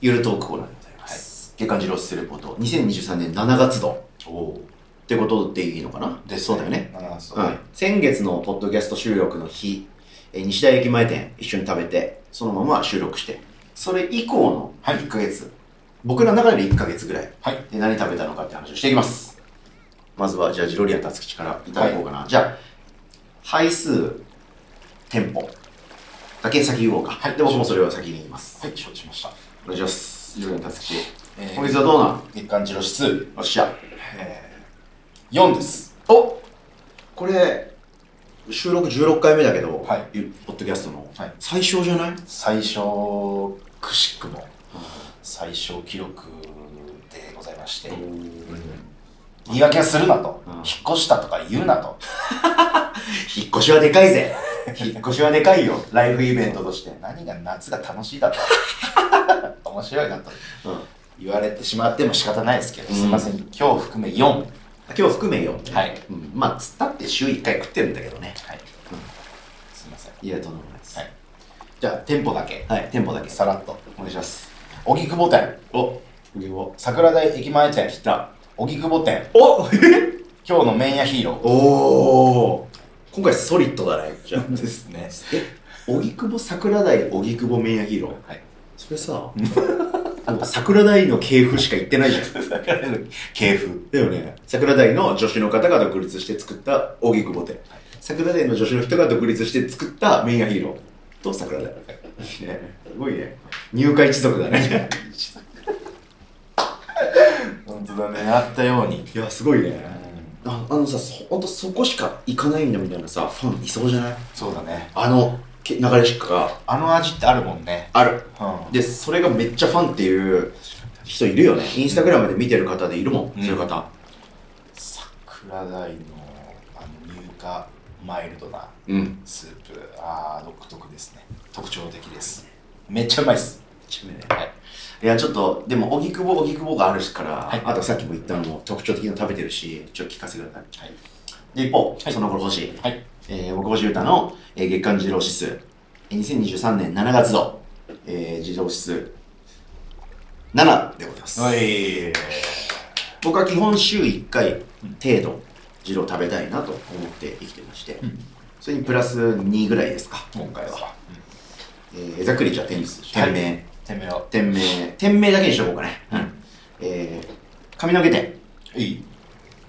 A: ゆるトークコーナーでございます、月刊次郎スレポート2023年7月度ってことでいいのかなでそうだよね、、
B: ああそううん
A: 先月のポッドキャスト収録の日えー西大駅前店一緒に食べてそのまま収録してそれ以降の
B: はい
A: 1ヶ月、僕らの中で1ヶ月ぐらい
B: はい
A: で何食べたのかって話をしていきますまずはじゃあジロリアン達吉からいただこうかな、じゃあ配数店舗だけ先言おうか、
B: はい
A: で僕もそれを先に言います、
B: はい承知しました、
A: お願いしますジロリアン達吉
B: えー
A: 本日はどうなん
B: 月間次郎指数
A: よっしゃ
B: 4です
A: おこれ収録16回目だけど、
B: はい
A: ゆポッドキャストの、
B: はい
A: 最小じゃない
B: 最初くしくも最小記録でございまして、言い訳はするなと、
A: うん
B: 引っ越したとか言うなと、
A: 引っ越しはでかい ぜ引っ越しはでかいよライフイベントとして、
B: 何が夏が楽しいだと 面白いなと
A: うん、
B: 言われてしまっても仕方ないですけど、
A: うん
B: すいません今日含め4はい、
A: 今日含めよ、
B: はい
A: うん、まあつったって週1回食ってるんだけどね
B: すいません
A: いやとんでもないです、
B: はいじゃあ店舗だけ
A: はい、店舗だけ
B: さらっとお願いします荻窪店
A: お次を
B: 桜台駅前店
A: 来た
B: 荻窪店
A: お
B: 今日の麺屋ヒーロー
A: おお今回ソリッドだねじゃあ
B: ですね
A: え荻窪桜台荻窪麺屋ヒーロー
B: はい
A: それさ あの桜台の系譜しか行ってないじゃん
B: 桜台の系譜
A: だよね桜台の女子の方が独立して作った荻窪店桜台の女子の人が独立して作った麺屋ヒーローと桜台、ね、すごいね入会一族だ ね
B: 本当だねあったように
A: いやすごいねああのさそほんとそこしか行かないんだみたいなさファンいそうじゃない
B: そうだね
A: あのけ流れしか
B: あの味ってあるもんね
A: ある
B: うん
A: でそれがめっちゃファンっていう人いるよねインスタグラムで見てる方でいるもん、
B: うん
A: そういう方
B: 桜台のあの乳化マイルドな
A: うんめ
B: スープああ独特ですね特徴的ですめっちゃうまいっす
A: ちゃめちゃ
B: はい
A: いやちょっとでも荻窪荻窪があるから、
B: はい
A: あとさっきも言ったのも特徴的なの食べてるしちょっと聞かせてください
B: はい、
A: で一方、
B: はい
A: その頃欲しい、
B: はい、
A: えー、僕星歌の、えー、月間自動指数えー2023年7月度、えー、自動指数7でございます、
B: い
A: 僕は基本週1回程度自動食べたいなと思って生きてまして、それにプラス2ぐらいですか今回は、えー、ざっくりじゃあ店店名、
B: てめよ
A: 店名店名だけにしとこうかね、うんえー、髪の毛店、
B: いい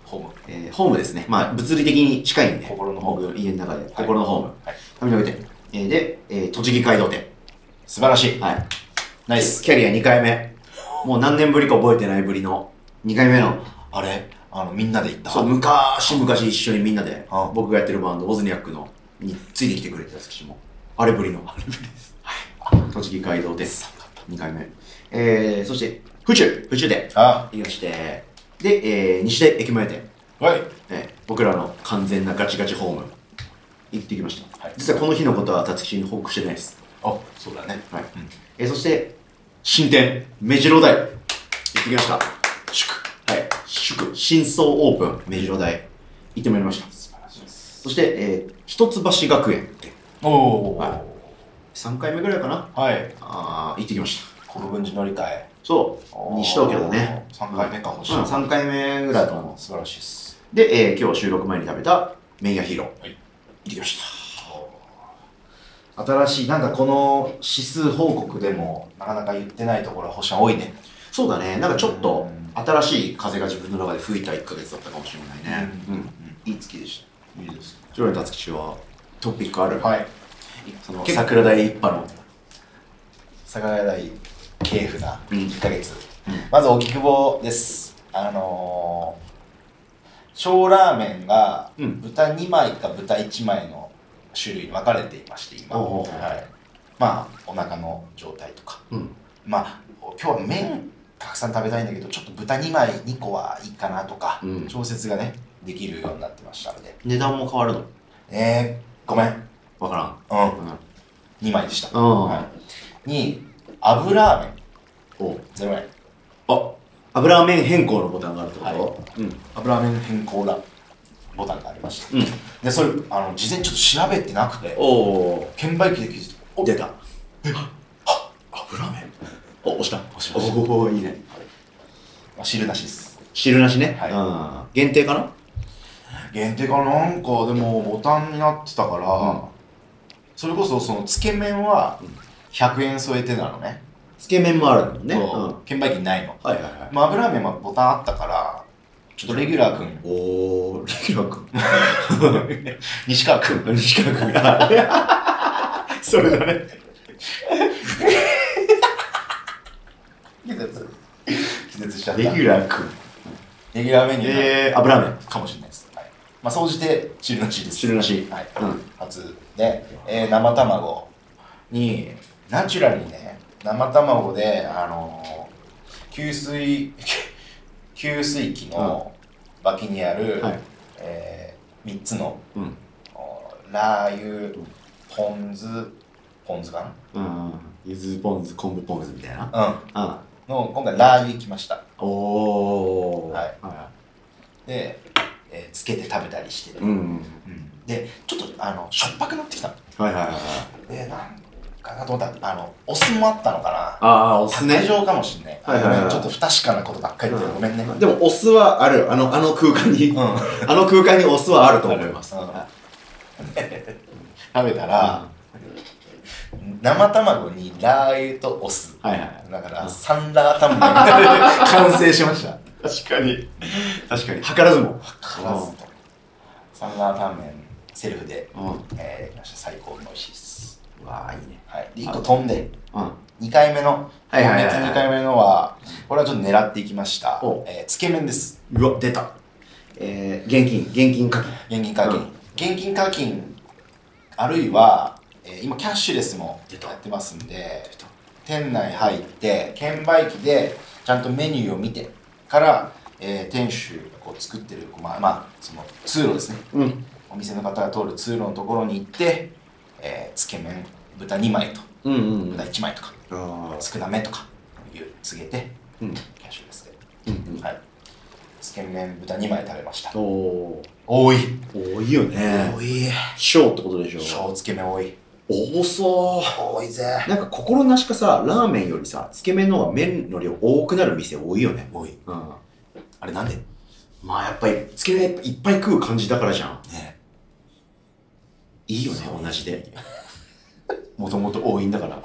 B: ホーム
A: えーホームですねまあ物理的に近いんで
B: 心のホーム
A: 僕家の中で心のホーム、
B: はい
A: 髪の毛店、えーで、えー栃木街道店
B: 素晴らしい
A: はい
B: ナイス
A: キャリア2回目もう何年ぶりか覚えてないぶりの2回目の
B: あれあのみんなで行った
A: そう昔々一緒にみんなで
B: あ
A: 僕がやってるバンドオズニャックのについてきてくれてた月もあれぶりのあれぶりですはい栃木街道です2回目えー、そして府中府中で
B: あ
A: いまして、で、えー、西で駅前店、
B: はい
A: えー僕らの完全なガチガチホーム、行ってきました。
B: はい
A: 実はこの日のことは、たつきに報告してないです。
B: あそうだね
A: はい
B: ん
A: えーそして、新店、目白台、行ってきました。祝、はい、祝、新装オープン、目白台、行ってまいりました。
B: 素晴らしいです
A: そして、えー、一橋学園って、
B: おお
A: は3回目ぐらいかな、
B: はい
A: あー行ってきました。
B: 国分寺乗り換え
A: そう、西東京だね。
B: 3回目か欲しい、
A: うん、3回目ぐらいだと思う。
B: 素晴らしいです
A: で、えー今日収録前に食べた麺屋ヒーロー、
B: はい
A: 行ってきました
B: 新しいなんかこの指数報告でもなかなか言ってないところ星は多いね
A: そうだねなんかちょっと
B: うん
A: 新しい風が自分の中で吹いた1ヶ月だったかもしれないね
B: うん
A: いい月でし
B: いいです
A: たジョレン達吉はトピックある、
B: はい
A: その
B: 結構
A: 桜台一派の
B: 桜台系譜な
A: うん
B: 1ヶ月、
A: うん
B: まず荻窪ですあのー、小ラーメンが
A: うん
B: 豚2枚か豚1枚の種類に分かれていまして今、
A: おうおうおう
B: はい、まあお腹の状態とか
A: うん
B: まあ今日は麺たくさん食べたいんだけどちょっと豚2枚2個はいいかなとか、
A: うん
B: 調節がねできるようになってましたので
A: 値段も変わるの
B: えー、ごめんう
A: わか
B: ん
A: らんうん
B: 2枚でした、
A: うん
B: はい、に油ラーメン
A: お
B: 0円
A: あ油麺変更のボタンがあるってこと、
B: は
A: うん
B: 油麺変更だボタンがありました
A: うん
B: でそれあの事前にちょっと調べてなくて
A: おお
B: 券売機で気づいてお
A: 出た
B: 油麺、
A: お押した
B: 押しました
A: おおいいね
B: まあ、汁なしです
A: 汁なしね、
B: はい
A: うん限定かな
B: 限定かなんかでもボタンになってたから、それこそそのつけ麺は100円添えてなのね
A: つけ麺もあるのね、
B: そう
A: うん
B: 券売機にないの、
A: はいはいはい
B: まあ、油麺はボタンあったからちょっとレギュラー君
A: おー、レギュラー君。
B: 西川君
A: 西川君が。 それだね。
B: 気絶気絶しちゃった
A: レギュラー君。
B: レギュラーメニュー
A: えー、油麺。
B: かもしれないです、はいまあ、総じて汁なしです。
A: 汁なし
B: はい。
A: うん
B: 初で、えー生卵に、ナチュラルにね、生卵で、あのー給水、 給水器の脇にある、
A: はい
B: え3つの、
A: うん
B: おラー油、ポン酢、ポン酢か
A: うんゆずポン酢昆布ポン酢みたいな
B: なうん。
A: うん
B: の、今回ラー油いきました。
A: おー
B: はい
A: は
B: で、えーつけて食べたりして
A: い
B: る。
A: うん
B: うんで、ちょっと、あの、しょっぱくなってきたの。
A: はいはいはいはい
B: で、なんかなと思ったら、あの、お酢もあったのかな。
A: ああお酢ね
B: 卓上かもしんない。
A: はいはいはい
B: ごめんちょっと不確かなことばっかり言ってるごめんね。
A: でもお酢はあるあのあの空間 に
B: うん。
A: あの空間にお酢はあると思います
B: うん
A: は
B: 食べたら、生卵にラー油とお酢。
A: いはいはい
B: だから、サンラータンメンが完成しました。
A: 確かに確かに図らずも
B: からずと。サンラータンメン、セルフで、
A: うんう
B: えー、やりました。最高に美味しいです。
A: わあいいね
B: はい。で、1個飛んで、
A: うんは
B: 2回目の、
A: いはいはい
B: 今月2
A: は
B: 回目のは、これはちょっと狙っていきました
A: お。
B: えーつけ麺です。
A: いうわ出たえー現金現金課金
B: 現金課金、
A: うん
B: 現金課金あるいは、えー今キャッシュレスも
A: 出た
B: やってますんで店内入って券売機でちゃんとメニューを見てから、えー店主がこう作ってるこうまあまあその通路ですね
A: うん
B: お店の方が通る通路のところに行って、えーつけ麺豚2枚と
A: うんうんうん
B: 豚1枚とか
A: あ
B: 少なめとかいう告げて
A: ーうん
B: キャッシュレスで、
A: うん
B: はいつけ麺豚2枚食べました
A: うんおー
B: 多い
A: 多いよね
B: 多い
A: 小ってことでしょ
B: 小つけ麺多い
A: 多そう
B: 多いぜ
A: なんか心なしかさ、ラーメンよりさ、つけ麺の方が麺の量多くなる店多いよね。
B: 多い
A: うん。
B: あれなんでね
A: まあやっぱり、つけ麺いっぱい食う感じだからじゃん。いいよね、
B: そう
A: 同じで。
B: もともと多いんだから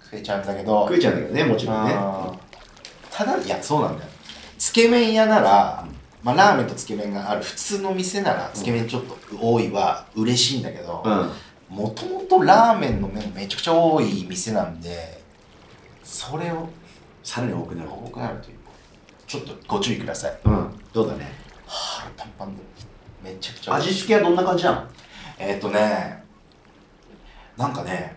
B: 食えちゃうんだけど
A: 食えちゃうんだけどね、もちろんね。
B: あーただいやそうなんだよつけ麺屋なら、まあ、ラーメンとつけ麺がある普通の店ならつけ麺ちょっと多いは嬉しいんだけど
A: うん。
B: もともとラーメンの麺めちゃくちゃ多い店なんでそれを
A: さらに多くなる。
B: 多くなるというちょっとご注意ください
A: うん。どうだね。
B: 腹パンパンでめちゃくちゃ
A: 味付けはどんな感じなの
B: えっ、ー、とね、なんかね、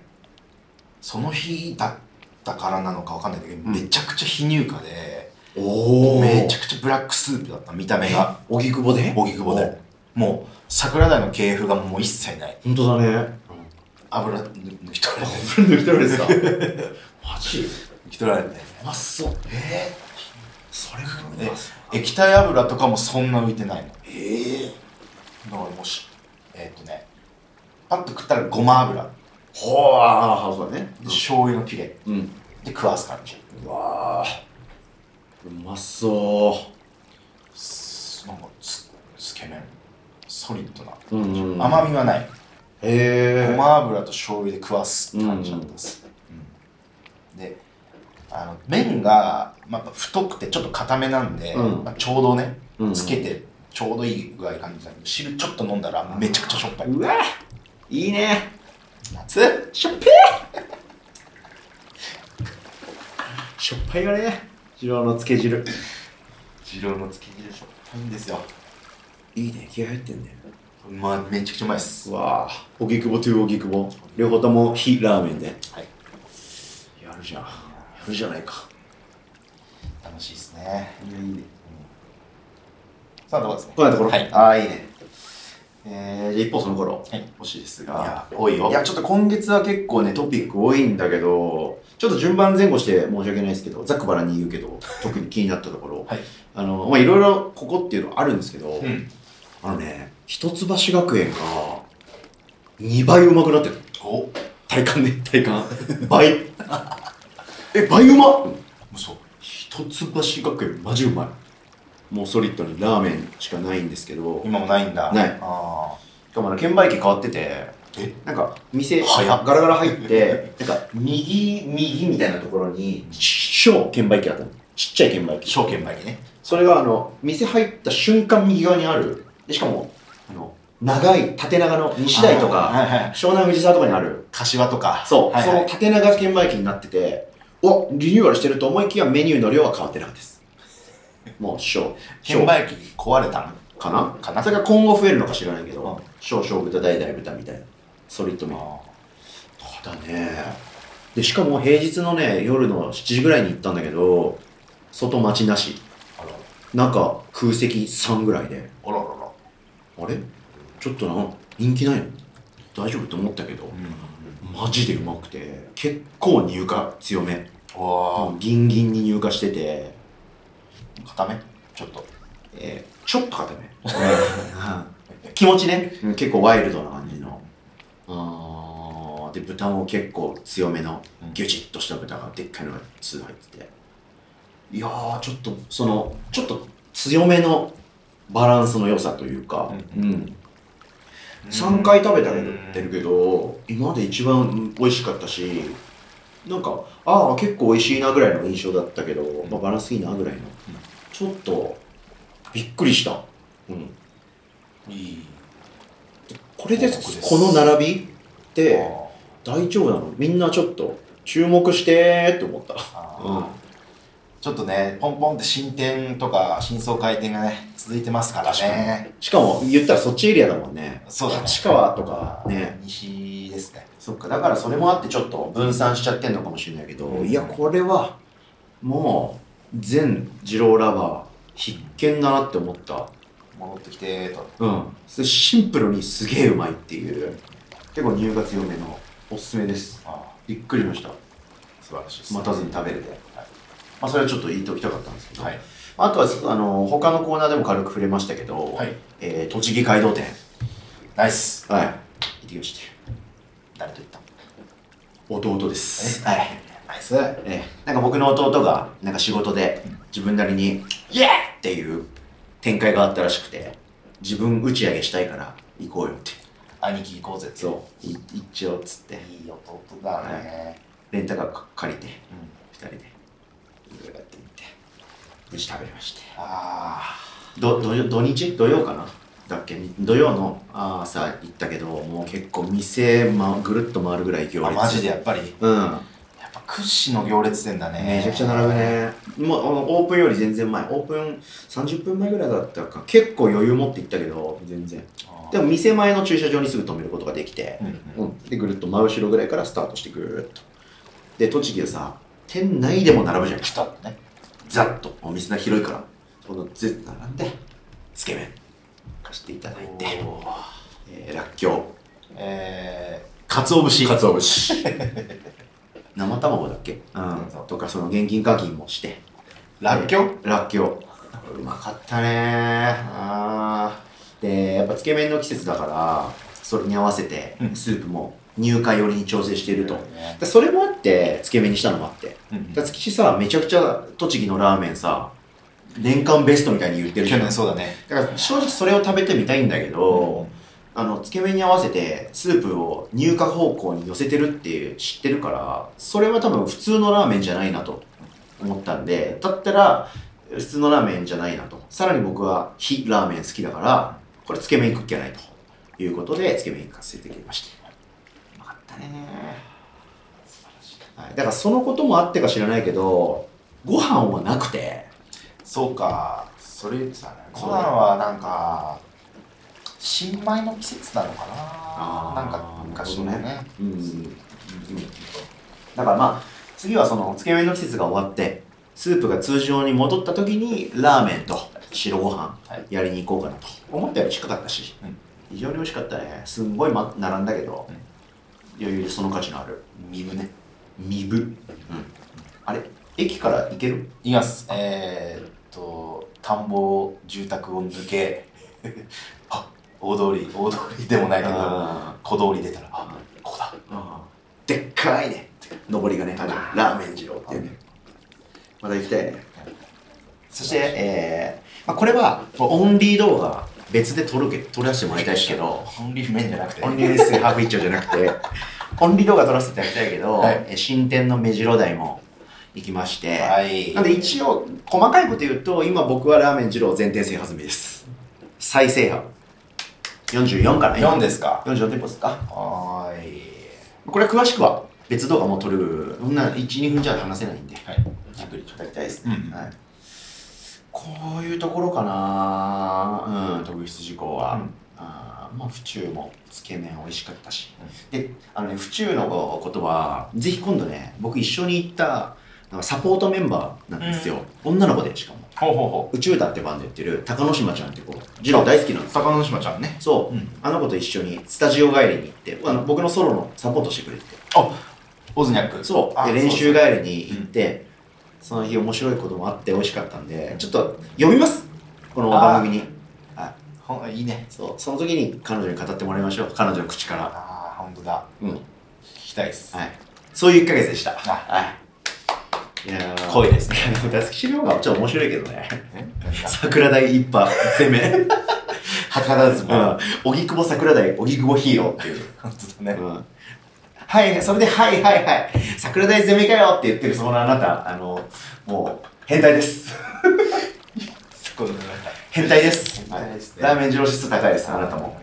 B: その日だったからなのかわかんないんだけど、
A: ん
B: めちゃくちゃ非乳化で、
A: お
B: め
A: めち
B: ちゃ
A: ゃ
B: くちゃブラックスープだった、見た目が。
A: 荻窪で
B: 荻窪で。。もう、桜台の系譜がもう一切ない。
A: ほんとだね。
B: 油抜き取られて、
A: それ抜き取られてた。マジ
B: 抜き取られて。
A: うまそう。えー、それがうまそう。
B: 液体油とかもそんな浮いてないの。だか
A: ええー。
B: らもうし、えっ、ー、とね、パッと食ったらごま油、で
A: ほーあー、そうだね。
B: 醤油のピレ、
A: うん。
B: で食わす感じ。
A: うわあうまそ
B: すなんかつつけ麺ソリッドな
A: う、うんうん、
B: 甘みはない
A: へ
B: ご
A: え
B: ま油と醤油で食わすって感じだったです、うんであの麺が、まあ、やっぱ太くてちょっと硬めなんで、
A: うん
B: まあ、ちょうどね
A: うんうん
B: つけてちょうどいい具合感じなんだけど汁ちょっと飲んだらめちゃくちゃしょっぱいう
A: わいいね
B: 夏
A: しょっぱいしょっぱいがね二郎のつけ汁
B: 二郎のつけ汁しょっぱいんですよ
A: いいね気合入ってんね
B: まあめちゃくちゃうまいです
A: うわあ荻窪と荻窪両方とも非ラーメンで
B: はい
A: やるじゃんやるじゃないか
B: 楽しいですね
A: いやいいね
B: さあどうですね
A: こんなところ
B: はい
A: ああいいねえー、じゃあ一方その頃、
B: はい
A: 欲しいです
B: い
A: が
B: や多いよ
A: いや、ちょっと今月は結構ね、トピック多いんだけど、ちょっと順番前後して申し訳ないですけど、ざっくばらんに言うけど、特に気になったところ、
B: はい
A: あの、まあ、いろいろここっていうのあるんですけど、
B: うん
A: あのね、一橋学園が2倍うまくなってる。
B: お
A: 体感ね、体感。倍。え、倍うま
B: 嘘
A: 一橋学園マジうまい。もうソリッドにラーメンしかないんですけど、
B: 今もないんだ
A: ない
B: あ
A: しかもあの券売機変わってて、
B: ーえ
A: なんか店
B: 早っ
A: ガラガラ入ってなんか右右みたいなところに小券売機あったのちっちゃい券売機
B: 証券前にね
A: それがあの店入った瞬間右側にあるでしかもあの長い縦長の西台と
B: あーは
A: か
B: いはい
A: 湘南藤沢とかにある
B: 柏とか
A: そう、
B: はいはい
A: その縦長券売機になってておリニューアルして ると思いきやメニューの量は変わってなかったですもう小
B: 券売機壊れたの
A: かな
B: かな
A: それが今後増えるのか知らないけど
B: うん、
A: 少々豚、大々豚みたいな。ソリッドミー
B: あ
A: ただねでしかも平日のね夜の7時ぐらいに行ったんだけど外待ちなし
B: あら
A: 中空席3ぐらいで
B: あらあらあら、
A: あれちょっとな人気ないの大丈夫と思ったけどマジでうまくて結構入荷強め
B: わ
A: もうギンギンに入荷してて、
B: あ固めちょっと
A: えーちょっと硬めうん気持ちねうん結構ワイルドな感じのあーで豚も結構強めの
B: うん
A: ギュチッとした豚がでっかいのが2入ってていやーちょっとそのちょっと強めのバランスの良さというか、うん、3回食べたけどってるけど今まで一番うん美味しかったしなんかああ結構美味しいなぐらいの印象だったけど、
B: ん
A: まあ、バランスいいなぐらいの、ちょっとびっくりした、うん、
B: いい
A: これで
B: 報告です
A: この並びって
B: あ
A: 大丈夫なのみんなちょっと注目してーって思った、
B: あ
A: うん、
B: ちょっとねポンポンって進展とか真相回転がね続いてますからね
A: しかも言ったらそっちエリアだもんね
B: そうだね
A: 立川とかね
B: 西ですね
A: そっかだからそれもあってちょっと分散しちゃってんのかもしれないけど、
B: うん
A: いやこれはもう全二郎ラバー必見だなって思った
B: 戻ってきてと
A: うんそれシンプルにすげえうまいっていう結構乳が強めのおすすめです
B: あ
A: びっくりしました
B: 素晴らしいです
A: 待たずに食べれて、まあ、それはちょっと言っておきたかったんですけど、
B: はい
A: あとはあの他のコーナーでも軽く触れましたけど、
B: はい
A: えー栃木街道店
B: ナイス
A: はい行ってきました
B: 誰と言った
A: 弟です。
B: え
A: はい。ナイス。ええ、なんか僕の弟が、なんか仕事で、自分なりに、イエーっていう展開があったらしくて、自分打ち上げしたいから、行こうよって。
B: 兄貴行こうぜって
A: そう、い行っちゃおうっつって、
B: いい弟だね、
A: レンタカー借りて、
B: うん
A: 二人で、いろいろやってみて、無事食べれまして。
B: あ
A: ど土曜土日土曜かなだっけ土曜のあー朝行ったけど、もう結構店、ま、ぐるっと回るぐらい行
B: ー
A: 列。
B: あマジでやっぱり
A: うん。
B: やっぱ屈指の行列店だね
A: めちゃくちゃ並ぶね、もうあのオープンより全然前オープン30分前ぐらいだったか結構余裕持って行ったけど全然
B: あー
A: でも店前の駐車場にすぐ止めることができて
B: う、ん
A: う
B: うん
A: ん、でぐるっと真後ろぐらいからスタートしてぐるっとで栃木でさ店内でも並ぶじゃん
B: 来たんだね
A: ざっとお店が広いからこのずっと並んでつけ麺貸していただいて、
B: おー
A: えーらっきょう
B: え
A: かつお節かつお節 生卵だっけ、うん、とかその現金課金もして
B: ー、らっきょう
A: らっきょううまかったねあーでやっぱつけ麺の季節だからそれに合わせて
B: うん
A: スープも入荷寄りに調整していると、
B: ね
A: でそれもあってつけ麺にしたのもあって
B: うん
A: だ築地さめちゃくちゃ栃木のラーメンさ年間ベストみたいに言ってるじ
B: 去
A: ゃんだ
B: 年そうだね
A: から正直それを食べてみたいんだけど、あのつけ麺に合わせてスープを入荷方向に寄せてるって知ってるからそれは多分普通のラーメンじゃないなと思ったんでだったら普通のラーメンじゃないなとさらに僕は非ラーメン好きだからこれつけ麺食っきゃないということでつけ麺行かせていただきましたうまかったね
B: 素晴らしい
A: はい、だからそのこともあってか知らないけどご飯はなくて
B: そうかそれさ
A: そう
B: コナンはなんか新米の季節なのか
A: あー
B: ななんか昔のね
A: なうんだからまあ次はそのつけ麺の季節が終わってスープが通常に戻った時にラーメンと白ご飯
B: はい
A: やりに行こうかなと思ったより近かったし、
B: うん
A: 非常に美味しかったねすんごい、ま、並んだけど、
B: うん
A: 余裕でその価値のある
B: 身ね
A: 身分、うん、あれ駅から行ける
B: いきますえー、っと田んぼ住宅を抜け あ大通り大通りでもないけど
A: あ
B: 小通り出たらあここだ
A: ーあーでっかいね上りがねあるラーメン二郎っていうねまた行きたいねそして、えーまあ、これはオンリー動画別で撮るけ撮らせてもらいたいですけど
B: オンリー麺じゃなくて
A: オンリーですハーフ一丁じゃなくて、 オンリー動画撮らせていただきたいけど、
B: はい
A: え新店の目白台も行きまして、
B: はい
A: なんで一応、細かいこと言うと、今僕はラーメン二郎全店制覇済みです。再制覇。44から
B: 4ですか
A: 44店舗ですか。
B: はーい
A: これは詳しくは別動画も撮る、そんな1、2分じゃ話せないんで、
B: はいじっくりちょっと
A: いただきたいです
B: うん
A: はい。こういうところかなうん、特筆事項は。あーまあ、府中もつけ麺美味しかったし、であのね府中のことはぜひ今度ね僕一緒に行ったなんかサポートメンバーなんですよ、女の子でしかも
B: ほうほうほ
A: 宇宙だってバンドやってる高野島ちゃんって子ジロー大好きなんで
B: う。
A: すよ
B: 坂之島ちゃんね。
A: そう、
B: うん
A: あの子と一緒にスタジオ帰りに行ってあの僕のソロのサポートしてくれて
B: オズニャック。
A: そう
B: あ
A: で練習帰りに行ってその日面白いこともあって美味しかったんでちょっと呼びますこの番組に
B: ほんいいね。
A: そうその時に彼女に語ってもらいましょう彼女の口から
B: ああ、ほんとだ。
A: うん
B: 聞きたいっす。
A: はい。そういう1ヶ月でした。
B: あ、
A: はい。いやー
B: 濃いですね。
A: 打席資料がちょっと面白いけどね。
B: 何が
A: 桜台一派攻 め。うん。
B: 図らずも。
A: 荻窪桜台、荻窪ヒーローっていう。
B: ほんとだね。
A: うん。はい、それで、はいはいはい。桜台攻めかよって言ってるそのあなた、あの、もう、変態です。
B: すごいね。
A: 変態です。
B: 変態ですね
A: はいラーメン上質高いです、あなたも。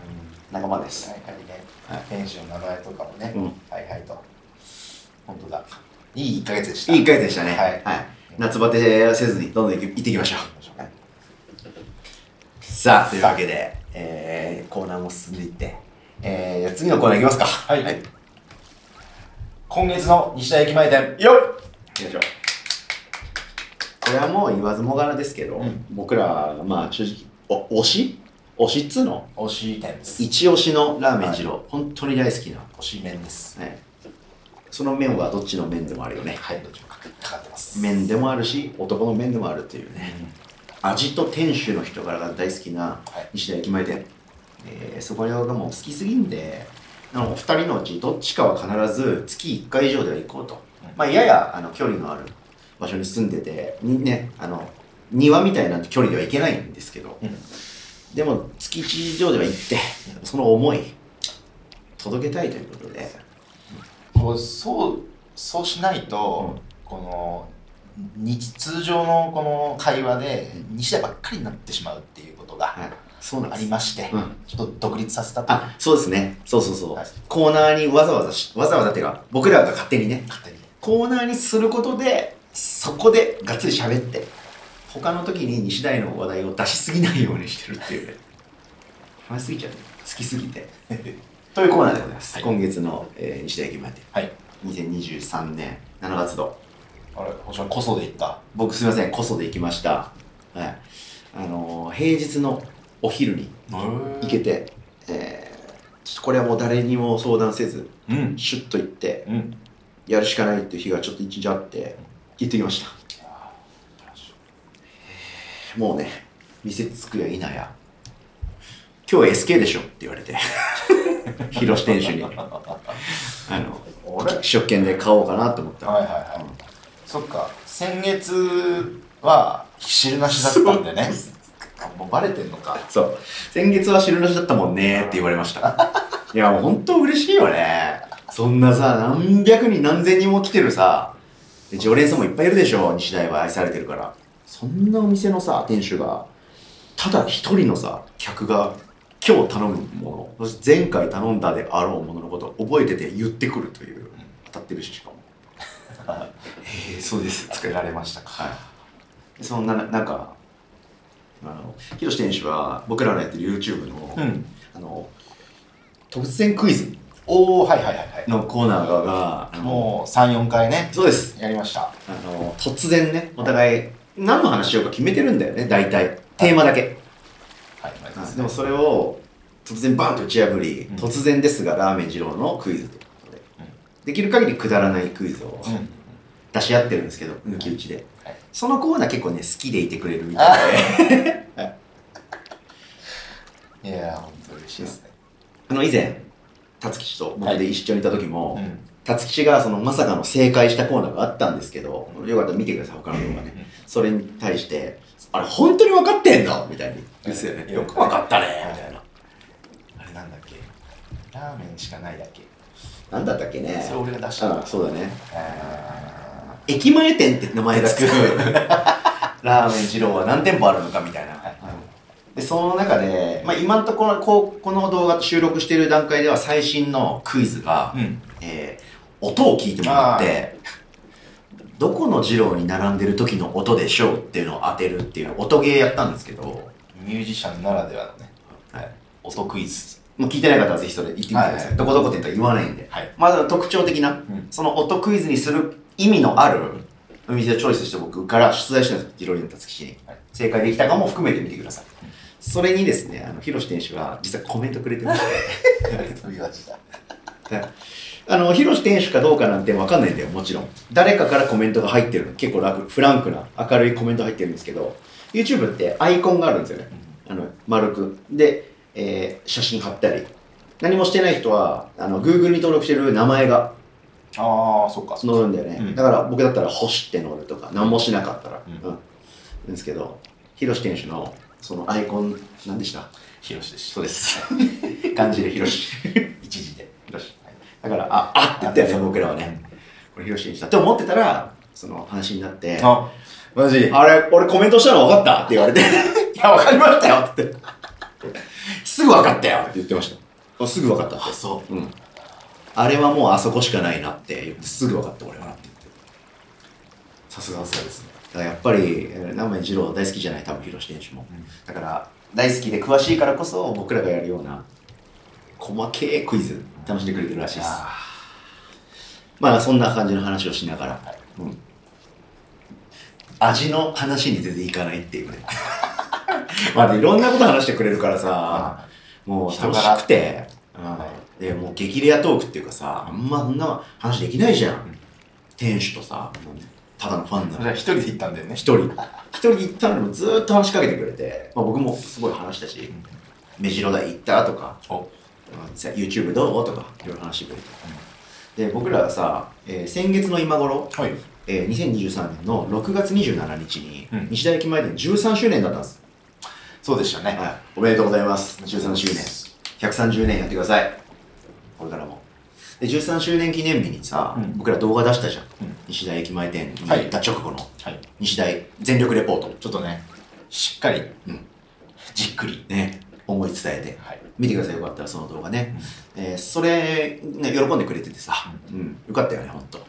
A: 仲間です。
B: はいはいね
A: はい。
B: 選手の名前とかもね
A: うん。
B: はいはいと。ほんとだ。いい1ヶ月でした。
A: いい1ヶ月でしたね。
B: はい
A: 夏バテせずに、どんどん行っていきましょう。
B: はい
A: さあ、というわけで、えー、コーナーも進んでいって、えー、じゃあ次のコーナーいきますか。はいよ
B: 今月の西田駅前店。
A: っよいしょ。これはもう言わずもがなですけど、
B: うん
A: 僕ら、まあ正直、お推し推しっつうの
B: 推し店です。
A: 一押しのラーメン二郎、本当に大好きな。
B: 推し麺です。
A: ね、その麺はどっちの麺でもあるよね。
B: はい、どっちもかかってます。
A: 麺でもあるし、男の麺でもあるというね。味と店主の人柄が大好きな
B: はい
A: 西田駅前店、えーそこらがもう好きすぎんであのお二人のうちどっちかは必ず月1回以上では行こうと、
B: うん
A: まあ、ややあの距離のある場所に住んでてに、ね、あの庭みたいな距離では行けないんですけど、
B: うん
A: でも月1以上では行ってその思い届けたいということで、
B: こうそうそうしないと、この日通常のこの会話で西田ばっかりになってしまうっていうことが
A: はい、そうなん
B: あ
A: で
B: り
A: す
B: まして、
A: うん
B: ちょっと独立させたと
A: あそうですねそうそうそう、
B: はい
A: コーナーにわざわざしわざわざっていうか僕らが勝手にね
B: 勝手に
A: コーナーにすることでそこでがっつり喋って他の時に西大の話題を出しすぎないようにしてるっていうね話しすぎちゃうね好きすぎて というコーナーでございます、
B: はい
A: 今月の、えー西大駅前で
B: はい
A: 2023年7月度
B: あれこちらこそで行った
A: 僕すみませんこそで行きましたはいあのー平日のお昼に行けて、えーちょっとこれはもう誰にも相談せず
B: うん
A: シュッと行って
B: うん
A: やるしかないっていう日がちょっと一日あって行ってきましたもうね、店つくや否や、今日 SK でしょって言われて、 広志店主に、あの、
B: 俺はい
A: 試食券で買おうかなと思ったら、
B: はいはい、そっか先月は汁なしだったんでねあ もうバレてんのか
A: そう、先月は汁なしだったもんねって言われました。いや、もう本当嬉しいよね。そんなさ、何百人何千人も来てるさ、で常連さんもいっぱいいるでしょ、西大は愛されてるから。そんなお店のさ、店主が、ただ一人のさ、客が、今日頼むもの、そして前回頼んだであろうもののことを覚えてて言ってくるという、当たってるし、しかも。えー、そうです、
B: 作られましたか、
A: はい、そんななんかあのヒロシ店主は僕らのやってる YouTube の,、
B: うん
A: あの特選クイズ
B: おおはいはいはいはい
A: のコーナーがあの
B: もう34回ね
A: そうです
B: やりました
A: あの突然ねお互い何の話しようか決めてるんだよね大体テーマだけ、
B: はい、
A: でもそれを突然バンと打ち破り、
B: うん
A: 突然ですがラーメン二郎のクイズということで、
B: うん
A: できる限りくだらないクイズを
B: うん、
A: 出し合ってるんですけど、抜き打ちで、
B: はい
A: そのコーナー結構ね好きでいてくれるみたいで
B: いやー、本当嬉しいですね。
A: あの以前、辰吉と僕で一緒にいた時も、
B: ん、
A: 辰吉がそのまさかの正解したコーナーがあったんですけど、よかったら見てください、他の動画ね。それに対して、あれ、本当に分かってんのみたいに言ってたよね。
B: よ
A: よ
B: く
A: く
B: 分
A: 分
B: か
A: か
B: っ
A: ったね
B: ねみ
A: み
B: た
A: た
B: い
A: いな。
B: あれなんだっけラーメンしかないだっけ
A: なんだったっけね。
B: それ俺が出したの
A: あそうだね。
B: あ
A: 駅前店って名前がつく。 ラーメン二郎は何店舗あるのかみたいな。でその中で、まあ、今のところこうこの動画収録している段階では最新のクイズが
B: ー、うん。
A: えー音を聞いてもらって、どこの二郎に並んでる時の音でしょうっていうのを当てるっていう音ゲーやったんですけど、
B: ミュージシャンならではのね、
A: はい、
B: 音クイズ。
A: もう聞いてない方はぜひそれ言ってみてください。
B: はいはい
A: どこどこって言ったら言わないんで。
B: はい。
A: まだ特徴的な、
B: うん
A: その音クイズにする意味のあるお店をチョイスして僕から出題したんです二郎になった月に、
B: はい
A: 正解できたかも含めてみてください。それにですね、あの、ヒロシ店主は実はコメントくれてまして、
B: 飛び味だ。
A: あの、ヒロシ店主かどうかなんてわかんないんだよ、もちろん。誰かからコメントが入ってるの。結構楽、フランクな、明るいコメント入ってるんですけど、YouTube ってアイコンがあるんですよね。あの、丸く。で、えー写真貼ったり。何もしてない人は、あの、Google に登録してる名前が
B: ああ、そっか、そっ
A: 載
B: か。
A: るんだよね。
B: うん
A: だから、僕だったら、星って載るとか、何もしなかったら。
B: うん
A: うん。ですけど、ヒロシ店主の、そのアイコン、何でした
B: ヒロシでし
A: そう です。漢字でヒロシ。
B: 一時で。
A: ヒロシ。だから、あ、あって言ったよね、僕らはね。これヒロシにしたって思ってたらその話になってあ
B: あ、マジ
A: れ俺コメントしたの分かったって言われていや分かりましたよってすぐ分かったよって言ってましたあすぐ分かったって
B: そ
A: うんあれはもうあそこしかないなって言ってすぐ分かった俺はって言って
B: さすがさすがですね。
A: だからやっぱりえー南前二郎大好きじゃない多分ヒロシ選手も、
B: うん
A: だから大好きで詳しいからこそ僕らがやるような細けいクイズ楽しんでくれてるらしいです
B: あ
A: まあそんな感じの話をしながら、うん、味の話に全然いかないっていうね まあでいろんなこと話してくれるからさ、もう
B: 人
A: 楽
B: 柄
A: しくて、
B: は
A: うんでもう激レアトークっていうかさあんまそんな話できないじゃん、
B: ん
A: 店主とさただのファンな
B: じゃ
A: の
B: あ一人で行ったんだよね
A: 一。人一人行ったのにもずーっと話しかけてくれて、まあ、僕もすごい話したし「目白台行った?」とか
B: お
A: さ YouTube どうとかいろいろ話してくれて、で僕らはさ、えー先月の今頃、
B: はい。
A: えー2023年の6月27日に、
B: うん
A: 西大駅前店13周年だったんです、
B: そうでしたね。
A: はい、おめでとうございます13周年130年やってくださいこれからもで13周年記念日にさ、
B: うん
A: 僕ら動画出したじゃん、
B: うん
A: 西大駅前店に行った直後の
B: はい。
A: 西大全力レポート、
B: ちょっとね、しっかり、
A: うん
B: じっくり。
A: ね、思い伝えて
B: はい。
A: 見てくださいよかったらその動画ね、えーそれ、ね、喜んでくれててさ、うんよかったよねほんと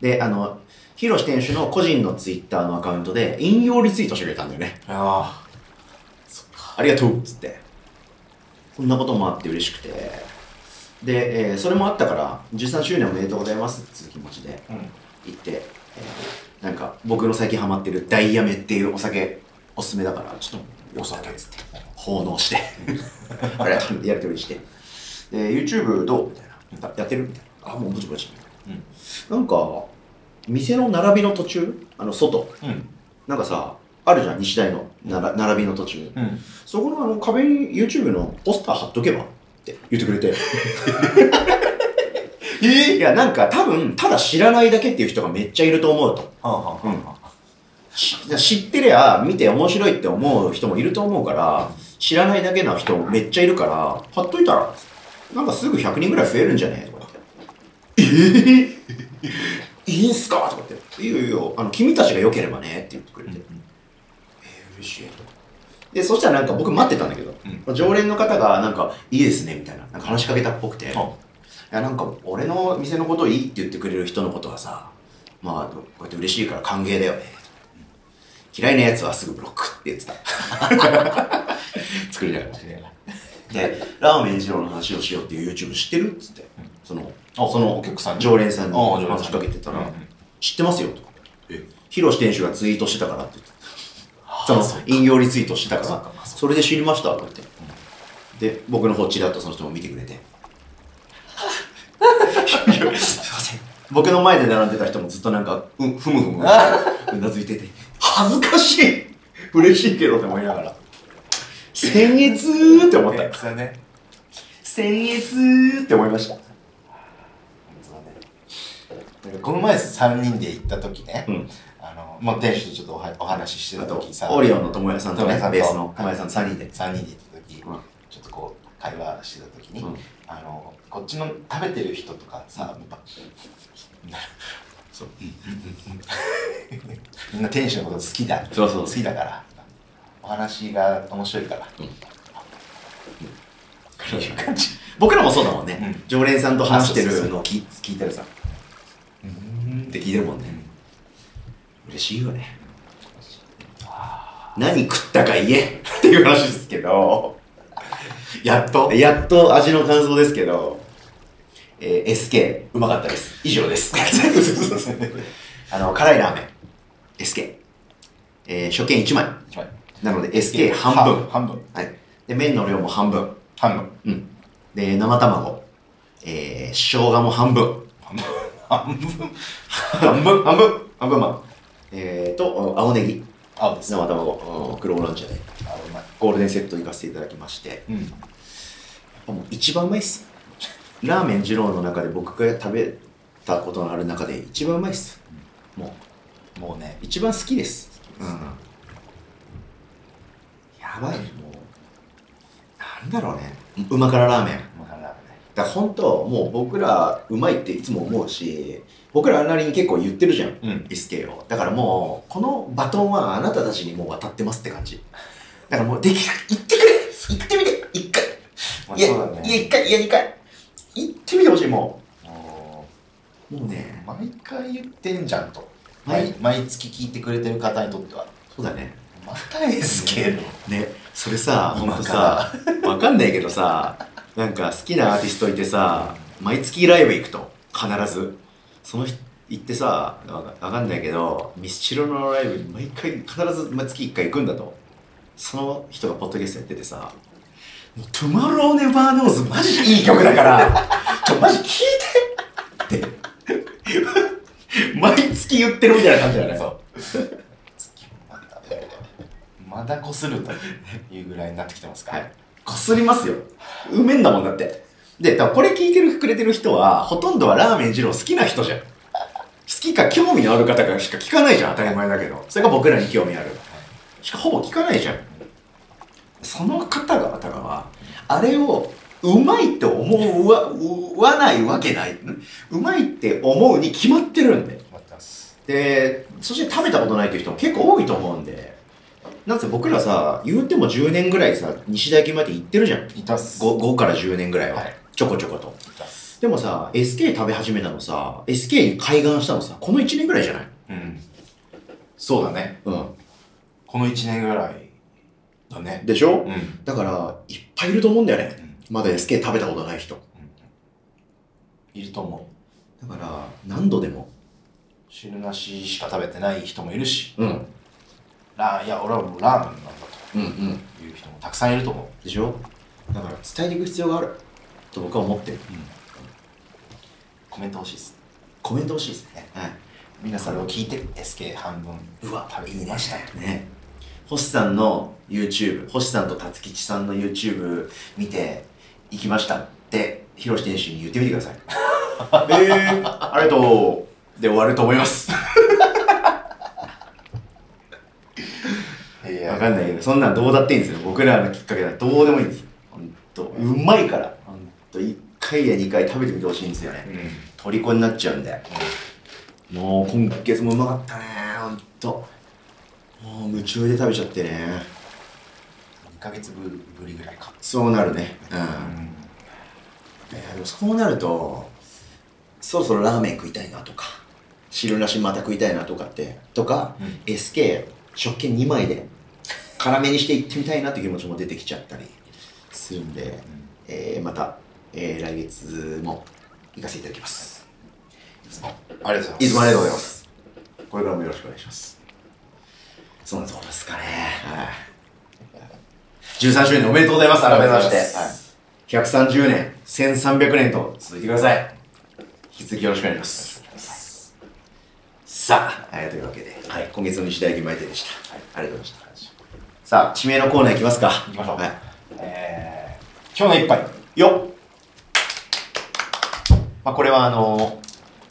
A: であのヒロシ店主の個人のツイッターのアカウントで引用リツイートしてくれたんだよね
B: あ
A: ありがとうっつってそんなこともあって嬉しくてで、えーそれもあったから13周年おめでとうございますっていう気持ちで
B: あ。うん。
A: 行って、えーなんか僕の最近ハマってるダイヤメっていうお酒おすすめだからちょっと
B: お酒
A: っつって奉納してありがとうやり取りしてで YouTube どうみたいなややってるみたいなあもうぼちぼち
B: うん。
A: なんか店の並びの途中あの外
B: うん。
A: なんかさあるじゃん西大のなら並びの途中、
B: うん。
A: そこのあの壁に YouTube のポスター貼っとけばって言ってくれて。えいや、なんか多分、ただ知らないだけっていう人がめっちゃいると思うと。
B: はあはあはあ。
A: し知ってりゃ見て面白いって思う人もいると思うから、知らないだけの人めっちゃいるから、貼っといたら、なんかすぐ100人ぐらい増えるんじゃねとか言って。えーいいんすかとか言って。いいよいいよ、あの、君たちが良ければねって言ってくれて。嬉しいでそしたらなんか僕待ってたんだけど、常連の方がなんか「いいですね」みたいななんか話しかけたっぽくて、い
B: あ
A: やなんか俺の店のことをいいって言ってくれる人のことはさまあこうやって嬉しいから歓迎だよね嫌いなやつはすぐブロックって言ってた 作りながら でラーメン二郎の話をしようっていう YouTube 知ってるっつってその
B: あ
A: その
B: お客さんに
A: 常連さんに
B: あ常連さんに
A: 話しかけてたら
B: うんうん
A: 「知ってますよ」とか
B: え
A: 「ヒロシ店主がツイートしてたから」って言ってその引用リツイートしてた
B: そう
A: か、
B: からそ
A: それで知りましたとか言って。で、僕の方ちらっとその人も見てくれて。すいません。僕の前で並んでた人もずっとなんか、うんふむふむ、うなずいてて、恥ずかしい嬉しいけどって思いなが ら。僭越って思った。
B: それね。
A: 僭越って思いました。
B: なんかこの前3人で行った時ね、
A: うん
B: あのまあ、店主とちょっとおはお話しして
A: あ
B: た
A: と
B: 時さ、、
A: オリオンの友也さんとね
B: 友也さんと
A: ベースの友也さん3人で。
B: 3人で行った時、
A: うん
B: ちょっとこう会話してた時に、
A: うん
B: あのこっちの食べてる人とかさ、やっぱそうみんな店主のこと好きだ
A: そうそう
B: 好きだからお話が面白いから、そういう感じ
A: 僕らもそうだもんね、
B: うん
A: 常連さんと話して
B: あそう
A: る
B: そう
A: のを聞聞いたらさうーんって聞いてるもんね、嬉しいよね。何食ったか言えっていう話ですけど、やっと、やっと味の感想ですけど、えー SK、うまかったです。以上です。 あの、辛いラーメン、SK。えー、初見1枚。
B: 一枚
A: なので SK 半分。
B: 半分
A: はい。で、麺の量も半分。
B: 半分
A: うん。で、生卵。えー、生姜も半分。
B: 半分
A: 半分 半分半分まん。えーと、青ネギ。
B: 青です
A: 生卵。うん、黒オランジャで。
B: あうまい
A: ゴールデンセット行かせていただきまして。やっ
B: うん
A: ぱもう一番うまいっす。ラーメン二郎の中で僕が食べたことのある中で一番うまいっす。もう、
B: もうね
A: 一番好きです。
B: うん
A: やばい、もう。なんだろうね。うま辛ラーメン。
B: もうラーメンね
A: だから本当もう僕らうまいっていつも思うし僕らあんなりに結構言ってるじゃん
B: うん
A: SK をだからもうこのバトンはあなたたちにもう渡ってますって感じだからもうできる行ってくれ行ってみて一回
B: まあ
A: いや、
B: そうだ
A: いや
B: ね
A: 一回いや二回行ってみてほしいも
B: も
A: うもう
B: う
A: ね
B: 毎回言ってんじゃんと
A: はい
B: 毎毎月聞いてくれてる方にとっては
A: そうだね
B: また SK の
A: ねそれさほん
B: 今
A: と
B: か
A: さわかんないけどさなんか好きなアーティストいてさ毎月ライブ行くと必ずその人行ってさわかわかんないけどミスチルのライブに毎回必ず毎月1回行くんだとその人がポッドキャストやっててさ「もうトゥマローネバーノーズマジいい曲だからちょマジ聞いて!」って毎月言ってるみたいな感じだよね
B: まだまだこするというぐらいになってきてますから、
A: はいこすりますよ。うめんだもんだって。で、多分これ聞いてるくれてる人は、ほとんどはラーメン二郎好きな人じゃん。好きか興味のある方しか聞かないじゃん、当たり前だけど。それが僕らに興味ある。しかほぼ聞かないじゃん。その方々は、あれを、うまいって思うわ、うわないわけない。んうまいって思うに決まってるんで。
B: 待ってます
A: でそして食べたことないという人も結構多いと思うんでなんせ僕らさ言うても10年ぐらいさ西田駅まで行ってるじゃん
B: いたっす
A: 5, 5から10年ぐらいは、
B: はい
A: ちょこちょこと
B: いたっす
A: でもさ SK 食べ始めたのさ SK に開眼したのさこの1年ぐらいじゃない
B: うんそうだね
A: う
B: この1年ぐらいだね
A: んでしょ、
B: うん、
A: だからいっぱいいると思うんだよね
B: うん
A: まだ SK 食べたことない人
B: いると思
A: だから何度でも
B: う汁なししか食べてない人もいるし
A: うん
B: ラーいや俺はもうラーメンなんだ
A: うんうん
B: という人もたくさんいると思う
A: でしょだから伝えていく必要があると僕は思ってる
B: コメント欲しいです
A: コメント欲しいですねはい
B: 皆さんそれを聞いて SK 半分
A: うわ
B: 食べてみましたよ
A: ね星さんの YouTube 星さんと辰吉さんの YouTube 見て行きましたって広瀬店主に言ってみてくださいえ えー、ありがとうで終わると思います
B: い
A: 分かんないけどそんなんどうだっていいんですよ僕らのきっかけはどうでもいいんですほんとうまいからほんと1回や2回食べてみてほしいんですよね
B: うん
A: 虜になっちゃうんでもう今月もうまかったねほんともう夢中で食べちゃってね
B: 2ヶ月ぶぶりぐらいか
A: そうなるねうん
B: ん
A: えーでもそうなるとそろそろラーメン食いたいなとか汁なしまた食いたいなとかってとか、
B: うん
A: SK 食券2枚で辛めにしていってみたいなって気持ちも出てきちゃったりするんで、えーまた、えー来月も行かせていただきます
B: いつもありがとうございます
A: いつもありがとうございますこれからもよろしくお願いしますそんなところですかねはい13周年おめでとうございます改めまして、はい130年、1300年と続いてください。引き続きよろしくお願いします。さあ、えーというわけで、はい、今月の西大駅前店でした。はい、ありがとうございました。さあ、地名のコーナーいきますか。
B: 行きましょう
A: はい、
B: えー今日の一杯
A: よっまあ、これはあの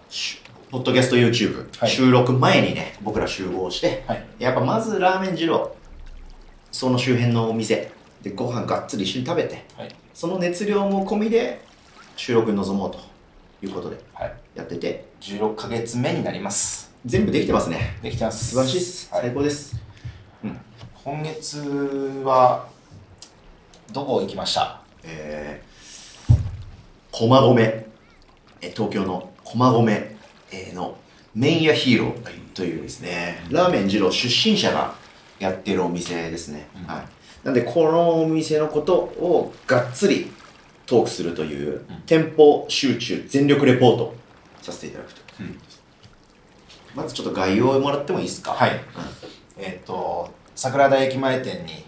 A: しポッドキャスト YouTube、
B: はい
A: 収録前にね、僕ら集合して、
B: はい
A: やっぱまずラーメン二郎、その周辺のお店でご飯がっつり一緒に食べて、
B: はい
A: その熱量も込みで収録に臨もうということで
B: はい
A: やってて、
B: 16ヶ月目になります
A: 全部できてますね。
B: できてます
A: 素晴らしいです。
B: はい
A: 最高です。
B: 今月はどこ行きました
A: えー駒込、えー東京の駒込、えーの麺屋ヒーローというというですね、ラーメン二郎出身者がやってるお店ですね。
B: うん
A: はい。なんで、このお店のことをがっつりトークするという、
B: うん
A: 店舗集中全力レポートさせていただくと。
B: うん
A: まずちょっと概要をもらってもいいですか
B: はいえっ、と桜田駅前店に、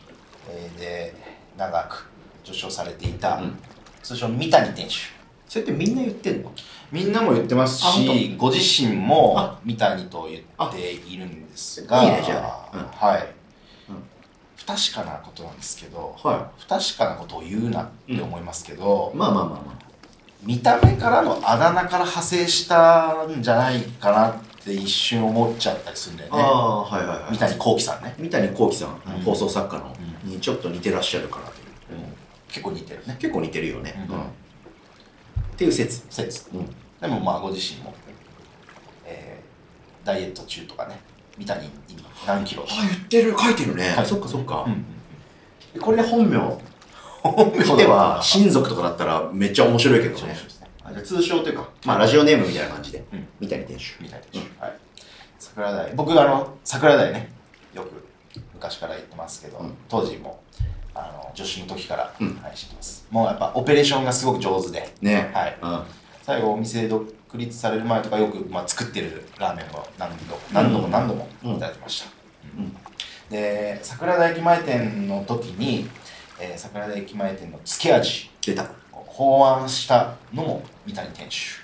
B: えーで長く受賞されていた、
A: うん
B: 通称三谷店主
A: それってみんな言ってんの
B: みんなも言ってます
A: あ本
B: しご自身も
A: あ
B: 三谷と言っているんですが
A: いいねじゃあうん
B: はい、
A: うん
B: 不確かなことなんですけど
A: は
B: 不確かなことを言うなって思いますけど、
A: まあまあまあまあ。
B: 見た目からのあだ名から派生したんじゃないかなって一瞬思っちゃったりするんだよね
A: ああー、はいはいはい。
B: 三谷幸喜さんね、
A: 三谷幸喜さん、
B: うん
A: 放送作家の、
B: う
A: にちょっと似てらっしゃるからという、
B: 結構似てるね
A: 結構似てるよね、
B: うん
A: うんっていう説、
B: 説
A: うん
B: でもまあご自身も、えーダイエット中とかね三谷今何キロとか、
A: あ言ってる書いてるね、
B: はい
A: そっかそっか、
B: うん
A: これで本名
B: 本
A: 来ては親族とかだったらめっちゃ面白いけどねあじゃあ通称というか、まあ、ラジオネームみたいな感じで、
B: うん
A: 三谷店主
B: みたいでしょ、はい、桜台僕あの桜台ねよく昔から行ってますけど、
A: うん
B: 当時もあの助手の時から
A: うん
B: 配信してます、もうやっぱオペレーションがすごく上手で
A: ね、
B: はい
A: うん
B: 最後お店独立される前とかよく、まあ、作ってるラーメンを何度も何度も何度も
A: うん
B: いただきました、
A: うん
B: で桜田駅前店の時に、えー桜田駅前店の付け味
A: 出た
B: を考案したのも三谷店主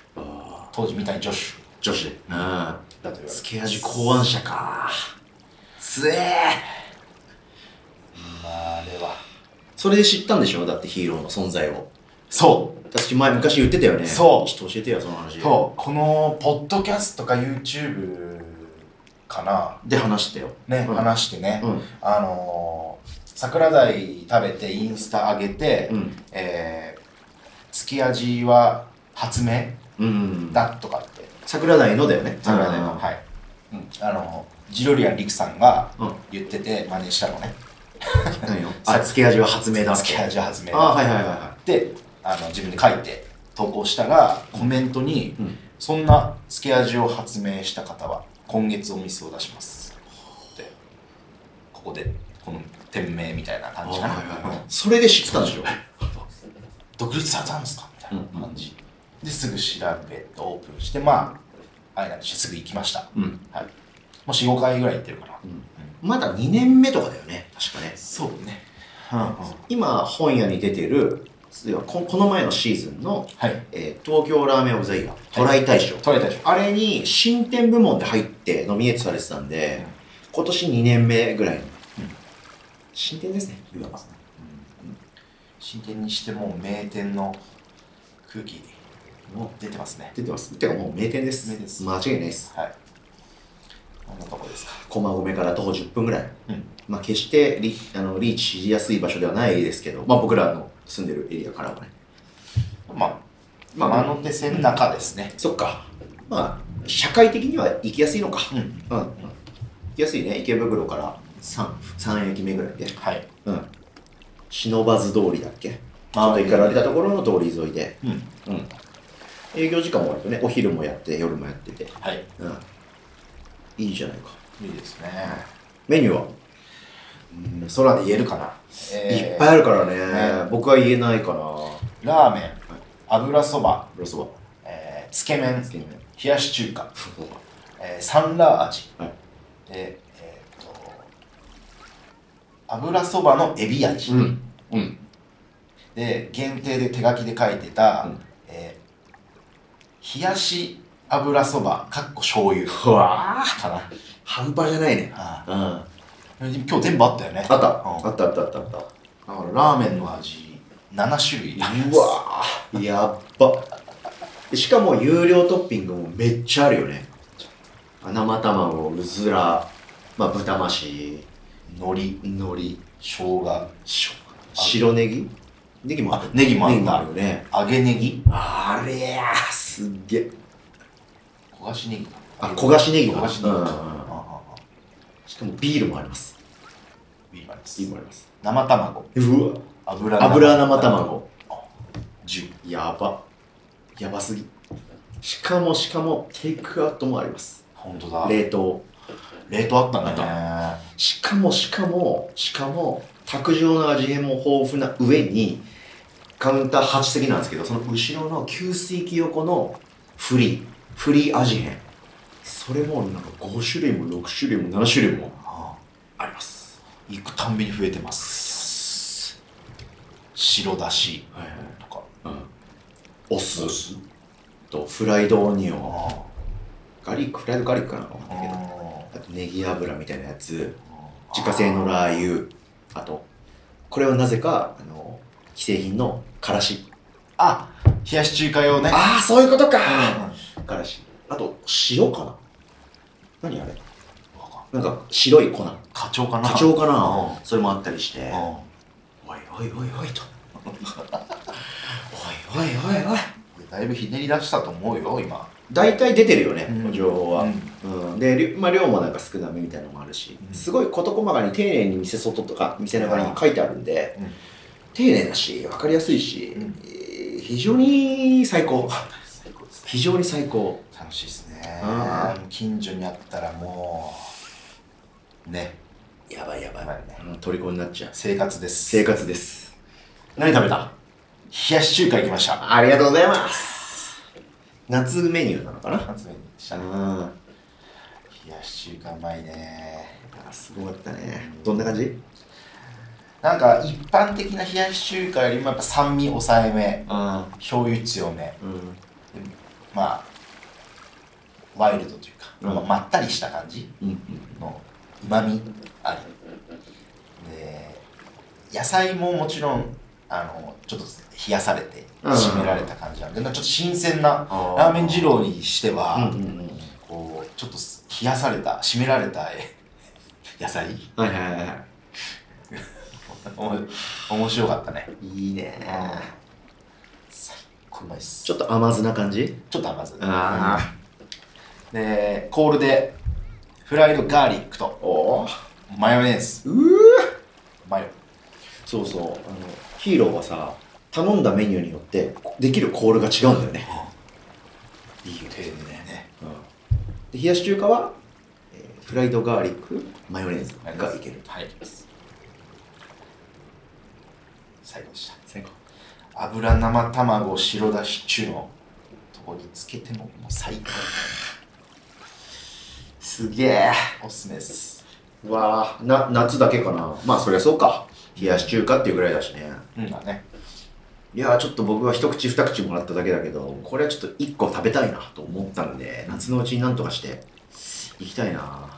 B: 当時三谷助手
A: 女子でうん
B: だと言われてます
A: 付け味考案者かすえー
B: まああれは
A: それで知ったんでしょだってヒーローの存在を
B: そう
A: 私前昔言ってたよね
B: そう
A: ちょっと教えてよその話
B: そうこのポッドキャストか YouTube かな
A: で話してよ
B: ね、
A: うん
B: 話してね、
A: うん
B: あのー桜鯛食べてインスタ上げて、
A: うん
B: えー、月味は発明
A: うん
B: だとかって
A: 桜台のだよね
B: 桜
A: 桜台
B: 鯛
A: の
B: のはい、うん、あのジロリアン陸さんが
A: うん
B: 言ってて真似したのね
A: 何よあ付け味は発明だ
B: 月味は発明
A: あ
B: だ
A: はいはいはいは
B: ってあの自分で書いて投稿したらコメントに、
A: いうん
B: そんなつけ味を発明した方は今月お店を出しますってここでこの店名みたいな感じかな、
A: それで知ってたんでしょ
B: 独立されたんですかみたいな感じ、ですぐ調べてオープンしてまああれなんでしょすぐ行きました、
A: うん
B: はい、もう45回ぐらい行ってるかな、
A: うんまだ2年目とかだよね確かね
B: そうね、うんうん、
A: 今本屋に出てる要はここの前のシーズンの、
B: はい
A: えー東京ラーメンオブザイヤートライ大賞、
B: 取れたでしょ
A: あれに新店部門で入ってノミネートされてたんで、今年2年目ぐらいの、新店ですねいわば
B: 真剣にしてもう名店の空気
A: も
B: 出てますね
A: う出てますてかもう名店です
B: 名店です
A: 間違いないです
B: はいこんなとこですか
A: 駒込から徒歩10分ぐらい、
B: うん
A: まあ、決してリあのリーチしやすい場所ではないですけど、まあ、僕らの住んでるエリアからはね
B: まあ
A: まあ
B: まあ、間の手線中ですね。
A: そっかまあ社会的には行きやすいのか
B: うん。
A: うん、行きやすいね池袋から 3, 3駅目ぐらいで
B: はい。
A: うん忍ばず通りだっけち
B: あ
A: ょっと行かられたところの通り沿いで
B: うん。
A: うん営業時間も割とねお昼もやって夜もやってて
B: はい。
A: うんいいじゃないか
B: いいですね。
A: メニューは
B: うん、空で言えるかな。
A: いっぱいあるからね、
B: ね
A: 僕は言えないかな
B: えーラーメン、油そば、
A: ロそば
B: えーつけ麺、
A: つけ
B: 冷
A: 麺
B: やし中華、えーサンラー味、
A: はい
B: でえーっと、油そばのエビ味、
A: うんうん
B: で、限定で手書きで書いてた、
A: うん
B: えー冷やし油そば、かっこ醤油
A: うわー
B: かな。
A: 半端じゃないね
B: あ
A: うんあ
B: ー今日全部あったよね。
A: った
B: うん
A: あったあったあったあった
B: だからラーメンの味7種類
A: うわーやっばしかも有料トッピングもめっちゃあるよね生卵うずら、まあ、豚増し
B: 海苔
A: 海苔
B: 生姜
A: しょ白ネギネギもあ
B: あネギもあった
A: るよね
B: 揚げネギ
A: あれやーすっげえ
B: 焦がしネギか
A: あ焦がしネギ
B: 焦がしネギ
A: うんうんうん
B: かああああ
A: しかもビールもあります
B: ビールです
A: ビールもあります
B: 生卵
A: うわ
B: 油
A: 油生卵
B: 10
A: やばやばすぎしかもしかもテイクアウトもあります
B: あ本当だ。
A: 冷凍。冷凍あったんだね。
B: あっ
A: しかも、しかも、しかも、卓上の味変も豊富な上に、カウンター8席なんですけど、その後ろの給水器横のフリー、フリー味変。それもなんか5種類も6種類も7種類もあります。
B: 行くたんびに増えてます。白だし
A: はいはい。
B: とか。
A: うん。お酢とフライドオニオン。ガリック、フライドガリックかなわかんないけど。あとネギ油みたいなやつ。自家製のラー油あとこれはなぜかあの既製品のからし
B: あ、冷やし中華用ね。
A: ああそういうことか
B: う
A: からしあと塩かな何あれ
B: んわかんな
A: な
B: い
A: んか白い粉
B: 課長かな
A: 課長か
B: うん
A: なそれもあったりして
B: うん
A: おいおいおいおいとおいおいおいおい
B: 俺だいぶひねり出したと思うよ、今。
A: 大体出てるよね、
B: うん
A: 情報は、
B: うん
A: うん、で、りゅまあ、量もなんか少なめみたいなのもあるし、
B: うん
A: すごい事細かに丁寧に店外とか店中に書いてあるんで、
B: うん
A: 丁寧だし分かりやすいし、
B: うん
A: えー非常に最高
B: 最高ですね。
A: 非常に最高
B: 楽しいですね
A: う。
B: 近所にあったらもう、ね、
A: やばいやばい、
B: やばいね
A: うん、虜になっちゃう
B: 生活です。
A: 生活です何食べた
B: 冷やし中華行きました。
A: ありがとうございます夏メニューなのかな
B: 夏目にした
A: う
B: ね。
A: んあ
B: 冷やし中華うまいね。
A: すごかったねどんな感じ
B: なんか一般的な冷やし中華よりもやっぱ酸味抑えめ、
A: あ
B: 醤油強め、
A: うん
B: でまあ、ワイルドというか、
A: うん
B: まあまったりした感じ
A: うんうん
B: の旨味あり。で、野菜ももちろん、あの、ちょっと冷やされて、
A: うん
B: 締められた感じなんで、なんかちょっと新鮮な
A: あー
B: ラーメン二郎にしては、
A: うんうんうん
B: こう、ちょっと冷やされた、締められたえ 野菜
A: はいはいはいは
B: おも面白かったね。
A: いいいね
B: 最高うまいっすち
A: ち
B: ょ
A: ょっと甘酢な感じ
B: ちょっと甘酢
A: あ
B: うんでコールでフライドガーリックと
A: おお
B: マヨネーズ
A: うー
B: マヨ
A: そうそうあのヒーローはさ頼んだメニューによってできるコールが違うんだよね
B: いいよ丁寧ね
A: で冷やし中華は、えーフライドガーリックマヨネーズがいける
B: はい最後でした
A: 最高
B: 油生卵白だし中のとこにつけてももう最高
A: すげえ
B: おすすめです
A: わあな夏だけかなまあそりゃそうか冷やし中華っていうぐらいだしね
B: うんだね
A: いやーちょっと僕は一口二口もらっただけだけどこれはちょっと一個食べたいなと思ったんで夏のうちになんとかして行きたいな
B: 行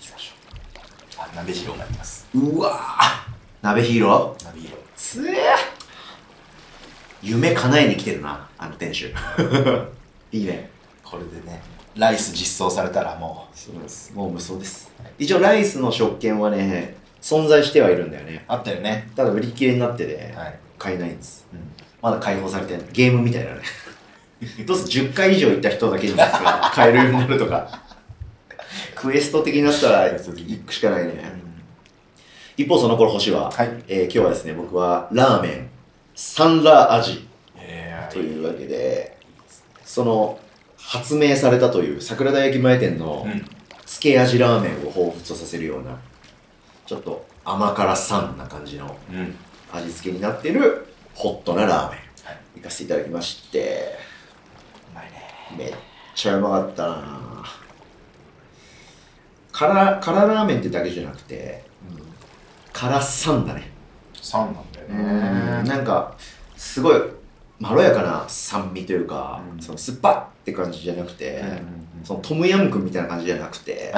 B: きましょうあ鍋汁をなります
A: うわー鍋ヒーロー
B: 鍋汁
A: つえ夢叶えに来てるなあの店主 いいね
B: これでねライス実装されたらもう
A: そうですもう無双です一応ライスの食券はね存在してはいるんだよね
B: あったよね
A: ただ売り切れになってね、
B: はい、
A: 買えないんです
B: うん
A: まだ解放されてないゲームみたいなね どうせ10回以上行った人だけじゃないですか買えるようになるとかクエスト的になったら行くしかないね一方その頃星は、
B: はい
A: えー今日はですね僕はラーメンサンラー味
B: え
A: というわけで、その発明されたという桜田駅前店の
B: うん、
A: つけ味ラーメンを彷彿とさせるような、ちょっと甘辛酸な感じの
B: うん、
A: 味付けになってるホットなラーメン、
B: はい
A: 行かせていただきまして、
B: うまいね
A: めっちゃうまかったな辛辛ラーメンってだけじゃなくて、辛酸だね。
B: 酸なんだよね
A: なんかすごいまろやかな酸味というか、
B: うん
A: その酸っぱって感じじゃなくて、そのトムヤムクンみたいな感じじゃなく て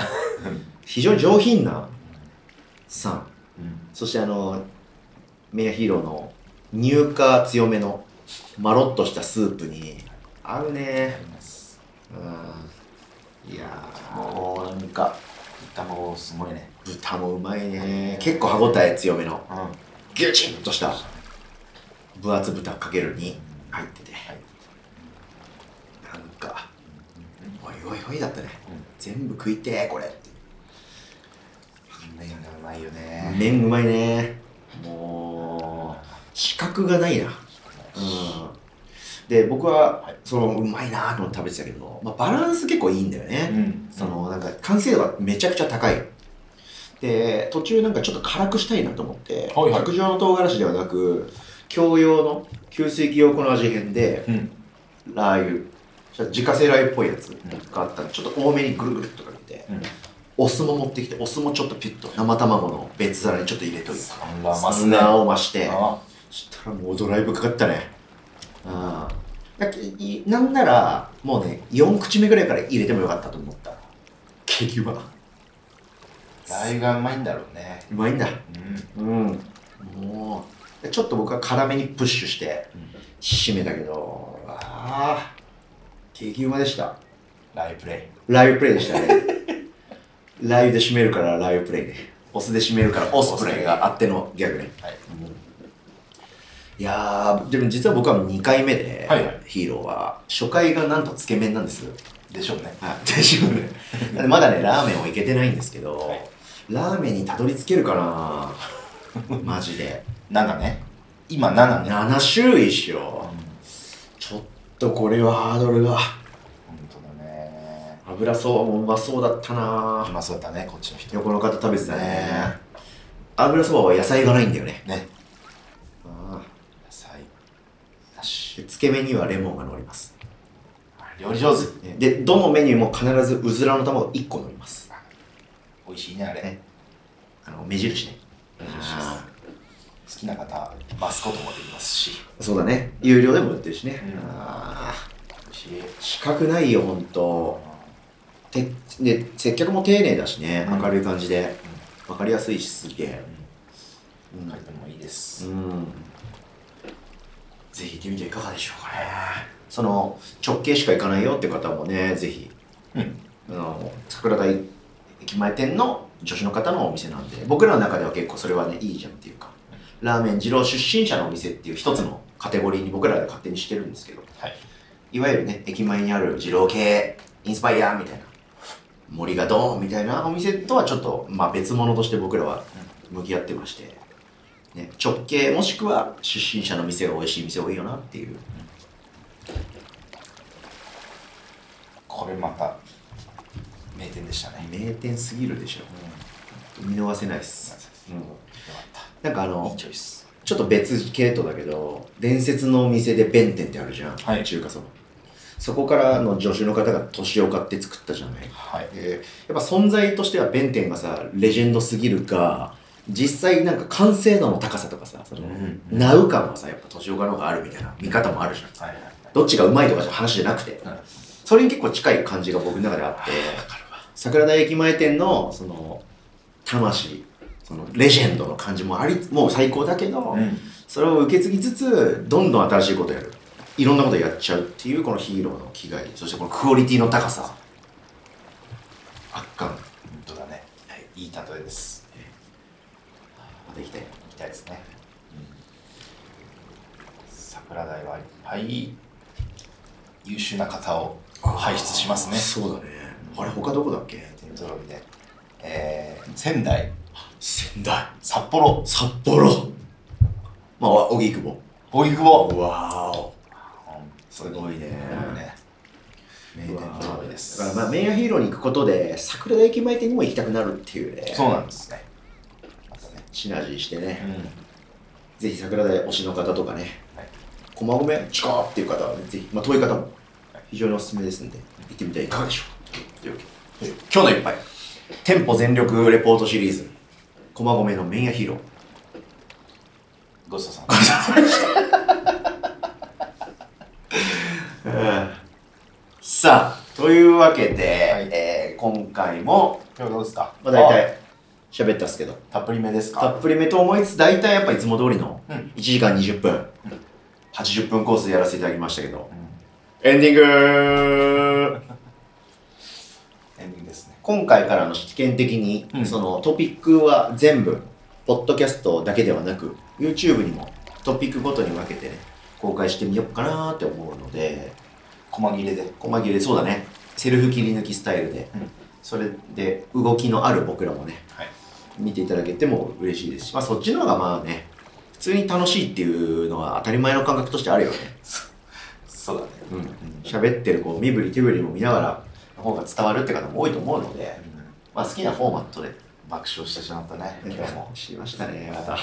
A: 非常に上品な酸
B: うん
A: そしてあのメイヤヒーローの乳化強めのまろっとしたスープに合う
B: あ
A: ね
B: ります
A: うんいやーもうなんか
B: 豚もすごいね
A: 豚もうまいね結構歯ごたえ強めの
B: うんは
A: ギュチッとした分厚豚かけるに入ってて
B: い
A: なんか、おいおいおいだったね。全部食いてー、これって。
B: 麺がうまいよね
A: 麺うまいねもう、資格がないな。うん。で、僕は、その、うまいなと思って食べてたけど、まあ、バランス結構いいんだよね。
B: ん
A: その、なんか、完成度がめちゃくちゃ高い。で、途中なんかちょっと辛くしたいなと思って、
B: はいはい
A: 卓上の唐辛子ではなく、共用の、給水器用この味変で、
B: うん
A: ラー油、そしたら自家製ラー油っぽいやつがあったら、ちょっと多めにぐるぐるっとかけて、
B: うん
A: お酢も持ってきて、お酢もちょっとピュッと生卵の別皿にちょっと入れといて、
B: サンラマスね
A: 砂を増して、
B: あ
A: したらもうドライブかかったねああなんならもうね4口目ぐらいから入れてもよかったと思ったケーキは
B: ラー油がうまいんだろうね
A: うまいんだ
B: うん
A: うんもうでちょっと僕は辛めにプッシュして締めたけどああ激うまでした
B: ラー油プレ
A: ラー油プレイでした ねラー油で締めるからラー油プレイでお酢で締めるからオスプレイがあってのギャグね
B: イはい
A: いやーでも実は僕は2回目で、
B: はいはい
A: ヒーローは初回がなんとつけ麺なんです
B: でしょうね
A: はい大丈夫ねなんでまだねラーメンはいけてないんですけど、
B: はい
A: ラーメンにたどり着けるかなマジで
B: 7ね今7ね
A: 7種類し
B: うん
A: よ
B: 本
A: うちょっとこれはハードルが
B: 当だね
A: 油そばもうまそうだった
B: う
A: な
B: まそうだねこっちの人
A: 横の方食べてたね
B: ね
A: 油そばは野菜がないんだよね
B: ね
A: あ
B: 野菜なし
A: ーつけ麺にはレモンが乗ります
B: 料理上手
A: でどのメニューも必ずうずらの卵1個乗ります
B: 美味しいねあれ
A: ねあの目印ね
B: 目印です好きな方増すこともできますし
A: そうだね有料でも売ってるしね、
B: うん
A: ああ
B: 美味しい
A: 資格ないよほんとてで接客も丁寧だしね
B: うん
A: 明るい感じで、わ分かりやすいしすげえうん、
B: 回転もいいです
A: うんぜひ行ってみてはいかがでしょうかねその直径しか行かないよって方もねぜひ
B: うん
A: あの桜台駅前店の女子の方のお店なんで僕らの中では結構それはねいいじゃんっていうかラーメン二郎出身者のお店っていう一つのカテゴリーに僕らで勝手にしてるんですけど
B: はい
A: いわゆるね駅前にある二郎系インスパイアみたいな森がドーンみたいなお店とはちょっと、まあ、別物として僕らは向き合ってまして、ね、直系もしくは出身者の店が美味しい店多いよなっていう
B: これまた名店でしたね
A: 名店すぎるでしょ
B: うん
A: 見逃せないっす、
B: よ
A: うん、
B: かっ
A: なんかあの
B: たいいチョイス
A: ちょっと別系統だけど、伝説のお店で弁天ってあるじゃん、
B: はい
A: 中華そば。そこからの助手の方が年を買って作ったじゃない。
B: はい
A: でやっぱ存在としては弁天がさ、レジェンドすぎるか、実際なんか完成度の高さとかさ、その、
B: うん
A: ナウ感はさ、やっぱ年岡の方があるみたいな見方もあるじゃん。
B: はいはいはい
A: どっちがうまいとかじゃ話じゃなくて、
B: うん
A: それに結構近い感じが僕の中であって、桜台駅前店の、その、魂、その、レジェンドの感じもあり、もう最高だけど、
B: うん
A: それを受け継ぎつつどんどん新しいことやるいろんなことやっちゃうっていうこのヒーローの気概そしてこのクオリティの高さ圧巻ま
B: 本当だねいい例えです
A: た行きたい
B: 行きたいですね桜台はいっぱい優秀な方を輩出しますね
A: そうだねあれ他どこだっけ
B: 点揃いでえー仙台
A: 仙台
B: 札幌
A: 札幌まあ荻窪
B: 荻窪
A: わおす
B: す
A: ごいね
B: ね名
A: 名
B: 店
A: 店
B: 揃い
A: で
B: ですす
A: だからまあメイヤヒーローに行くことで桜田駅前店にも行きたくなるっていうね
B: そうなんですねまたね
A: シナジーしてね、
B: うん
A: ぜひ桜台推しの方とかね、
B: はい
A: 駒込近っっていう方はね、ぜひ、まあ、遠い方も非常におすすめですんで、行ってみてはいかがでしょう。というわけで今日の一杯、店舗全力レポートシリーズ、駒込の麺屋ヒーロー。
B: ごちそうさま
A: さあ、というわけで、
B: はい
A: えー今回も、
B: 今日どうですか
A: まあ、大体喋ったっすけど、
B: あたっぷりめです
A: た
B: か
A: っぷりめと思いつつ、大体やっぱいつも通りの
B: うん
A: 1時間20分、80分コースでやらせていただきましたけど、
B: うん
A: エンディング
B: エンディングですね
A: 今回からの試験的に、
B: うん
A: そのトピックは全部ポッドキャストだけではなく YouTube にもトピックごとに分けてね公開してみようかなって思うので
B: 細切れで
A: 細切れそうだねセルフ切り抜きスタイルで、
B: うん
A: それで動きのある僕らもね
B: はい
A: 見ていただけても嬉しいですし、まあ、そっちの方がまあね普通に楽しいっていうのは当たり前の感覚としてあるよね
B: そうだね。
A: うん喋ってるこう身振り手振りも見ながらの方が伝わるって方も多いと思うので、まあ、好きなフォーマットで
B: 爆笑してしまったね、今日も。
A: 知りましたねまた、ま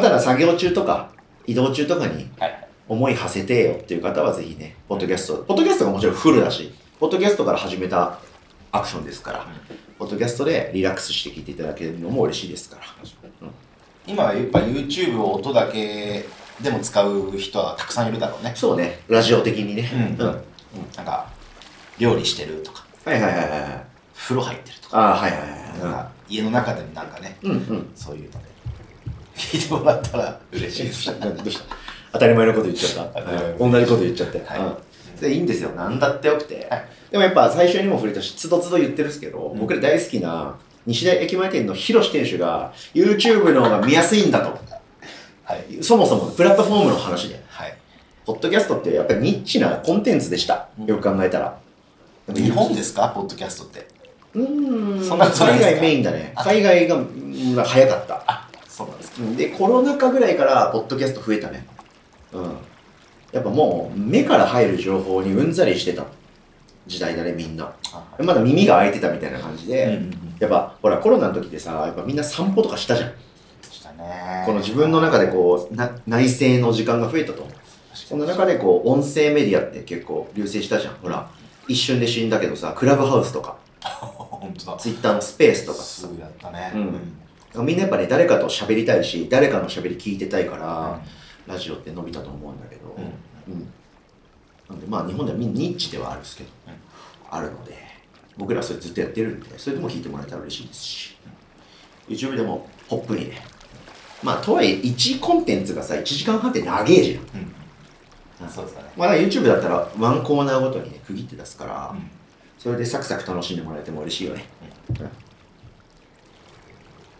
A: あ、ただ作業中とか移動中とかに
B: はい
A: 思い馳せてよっていう方はぜひねポッドキャストポッドキャストがもちろんフルだしポッドキャストから始めたアクションですから、ポッドキャストでリラックスして聞いていただけるのも嬉しいですから、
B: 今はやっぱ YouTube を音だけでも使う人はたくさんいるだろうね。
A: そうねラジオ的にね
B: うん
A: はい
B: なんか、料理してるとか、
A: はいはいはいはい
B: 風呂入ってるとか、
A: ああはいはい
B: なん
A: は
B: か家の中でもなんかね、
A: いうんうん
B: そういうので、聞いてもらったら嬉しい です。
A: どうした当たり前のこと言っちゃった。
B: 当たり前
A: 同じこと言っちゃって。
B: はい
A: うんそれいいんですよ。なんだってよくて
B: はい。
A: でもやっぱ最初にも触れたし、つどつど言ってるんですけど、
B: ん
A: 僕ら大好きな西大駅前店の広志店主が YouTube の方が見やすいんだと。
B: はい。
A: そもそもプラットフォームの話で。
B: はい。
A: ポッドキャストってやっぱりニッチなコンテンツでした
B: う。ん
A: よく考えたら。
B: 日本ですかポッドキャストって。
A: うーん。
B: そんなことない
A: 海
B: ですか
A: 外メインだね。
B: あ
A: 海外がうん早かった。
B: あ、そうなんですか。
A: でコロナ禍ぐらいからポッドキャスト増えたねうんやっぱもう目から入る情報にうんざりしてた時代だねみんな
B: あ
A: まだ耳が開いてたみたいな感じで、
B: うんうんうん
A: やっぱほらコロナの時ってさやっぱみんな散歩とかしたじゃん
B: でしたね。
A: この自分の中でこうな内省の時間が増えたとそんな中でこう音声メディアって結構流星したじゃんほら一瞬で死んだけどさクラブハウスとか
B: 本当だ。
A: ツイッターのスペースとか
B: すぐやったね。
A: うんみんなやっぱね誰かと喋りたいし誰かの喋り聞いてたいか
B: うん
A: ら、ラジオって伸びたと思うんだけど、
B: うん
A: うん、なんでまあ日本ではニッチではあるんですけど、
B: うん
A: あるので僕らそれずっとやってるんでそれでも聞いてもらえたら嬉しいですし、YouTube でもポップにねまあとはいえ1コンテンツがさ1時間半って長えじゃん、
B: うん。そうですね。
A: まあ、だから YouTube だったらワンコーナーごとにね区切って出すから、
B: うん
A: それでサクサク楽しんでもらえても嬉しいよね、うんど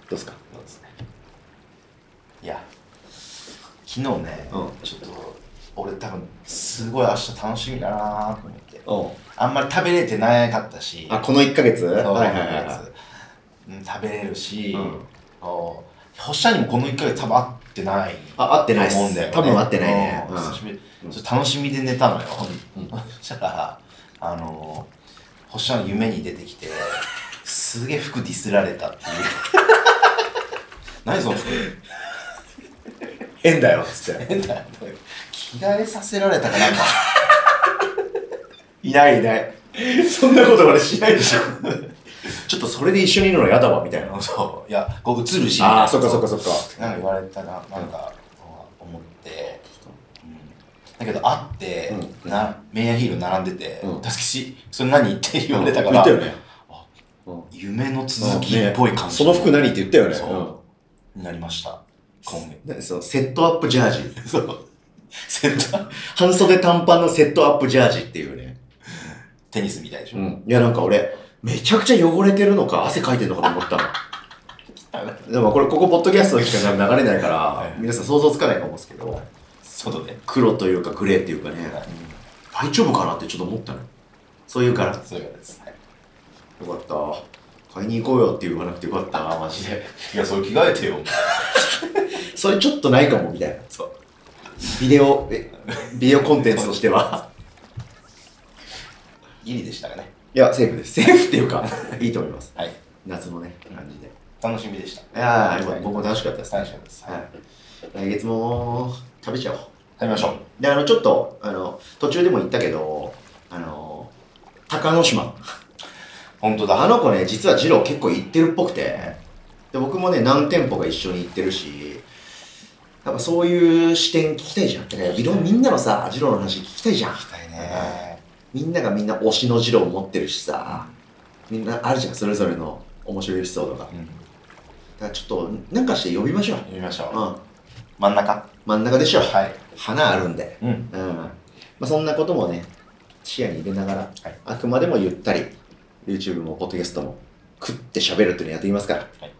A: うですか
B: そうですね。いや、昨日ね、
A: うん
B: ちょっと、俺多分、すごい明日楽しみだなと思って。
A: お
B: あんまり食べれてなかったし、
A: あこの1ヶ月
B: そう
A: はいはいはいは
B: うん食べれるし、
A: うん
B: こう発射にもこの1ヶ月多分会ってない。
A: あ合ってないっす
B: と思うんだよね
A: 多分合ってないね
B: うん
A: うん
B: 久しぶりちょっと楽しみで寝たのよ。そしたら、あの、星野の夢に出てきて、すげえ服ディスられ たっていう。何その服
A: い変だよっつって
B: 変だよ着替えさせられたかなんか。
A: いないいない。そんなこと俺しないでしょ。 ちょっとそれで一緒にいるの嫌だわ、みたいな。
B: そう。いや、こう映るし。
A: ああ、そっかそっかそっか。
B: なんか言われたな、なんか、思って。うんだけど、会って、
A: うん
B: なメイヤーヒーロー並んでて
A: うん、
B: たすきし、それ何って言われたから、
A: 言ったよね。
B: あ
A: うん
B: 夢の続きっぽい感じ。
A: その服何って言ったよね。
B: そうになりました。今月。
A: うん。何そのセットアップジャージ。
B: そう。センター
A: 半袖短パンのセットアップジャージっていうね。
B: テニスみたいでしょ。
A: ん。いや、なんか俺、めちゃくちゃ汚れてるのか、汗かいてるのかと思ったの。でもこれ、ここ、ポッドキャストにしか流れないから
B: い、
A: 皆さん想像つかないかもですけど、
B: 外で。
A: 黒というかグレーっていうかね、大丈夫かなってちょっと思ったの。そういうから。
B: そういうことです。はい
A: よかった。買いに行こうよって言わなくてよかった、マジで。
B: いや、それ着替えてよ。
A: それちょっとないかも、みたいな。
B: そう。
A: ビデオ、えビデオコンテンツとしては。
B: ギリでしたかね。
A: いや、セーフです。セーフっていうか、いいと思います。
B: はい。
A: 夏のね、感じで。い
B: 楽しみでした。
A: やー、よかった僕も楽しかったですね。
B: 楽しかったです。はい。
A: はい。来月も食べちゃおう。
B: 食べましょう。
A: で、あの、ちょっと、あの、途中でも言ったけど、あの、鷹の島。
B: 本当だ。
A: あの子ね、実は二郎結構行ってるっぽくて、で僕もね、何店舗か一緒に行ってるし、やっぱそういう視点聞きたいじゃん。だからいろんみんなのさ、二郎の話聞きたいじゃん。
B: 行きたいね。
A: みんながみんな推しの二郎を持ってるしさ、みんなあるじゃん、それぞれの面白いエピソードが。だ
B: うん。
A: からちょっと、なんかして呼びましょう。
B: 読みましょ
A: う
B: う。
A: ん。
B: 真ん中。
A: 真ん中でしょ。
B: はい。
A: 花あるんで。
B: うん。
A: うん。まあそんなこともね、視野に入れながら、
B: はい。
A: あくまでもゆったり、YouTube もポッドキャストも食って喋るっていうのやっていきますから、
B: はい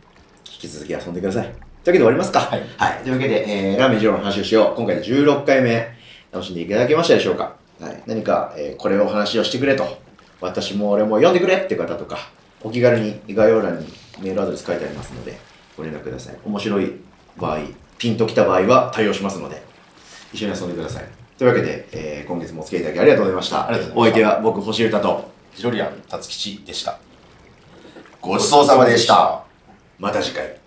A: 引き続き遊んでください。というわけで終わりますか。
B: はい
A: というわけで、えー、ラーメン二郎の話をしよう。今回で16回目、楽しんでいただけましたでしょうか。はい、何か、えーこれをお話をしてくれと、私も俺も読んでくれっていう方とか、お気軽に概要欄にメールアドレス書いてありますので、ご連絡ください。面白い場合、ピンときた場合は対応しますので、一緒に遊んでください。というわけで、えー今月もお付き合いいただきありがとうございました。
B: ありがとう
A: お
B: ござい
A: 相
B: ま
A: 手
B: した
A: は僕、星歌と、
B: ジロリアン辰吉でした。
A: ご
B: ごちそうさまでした。
A: また次回。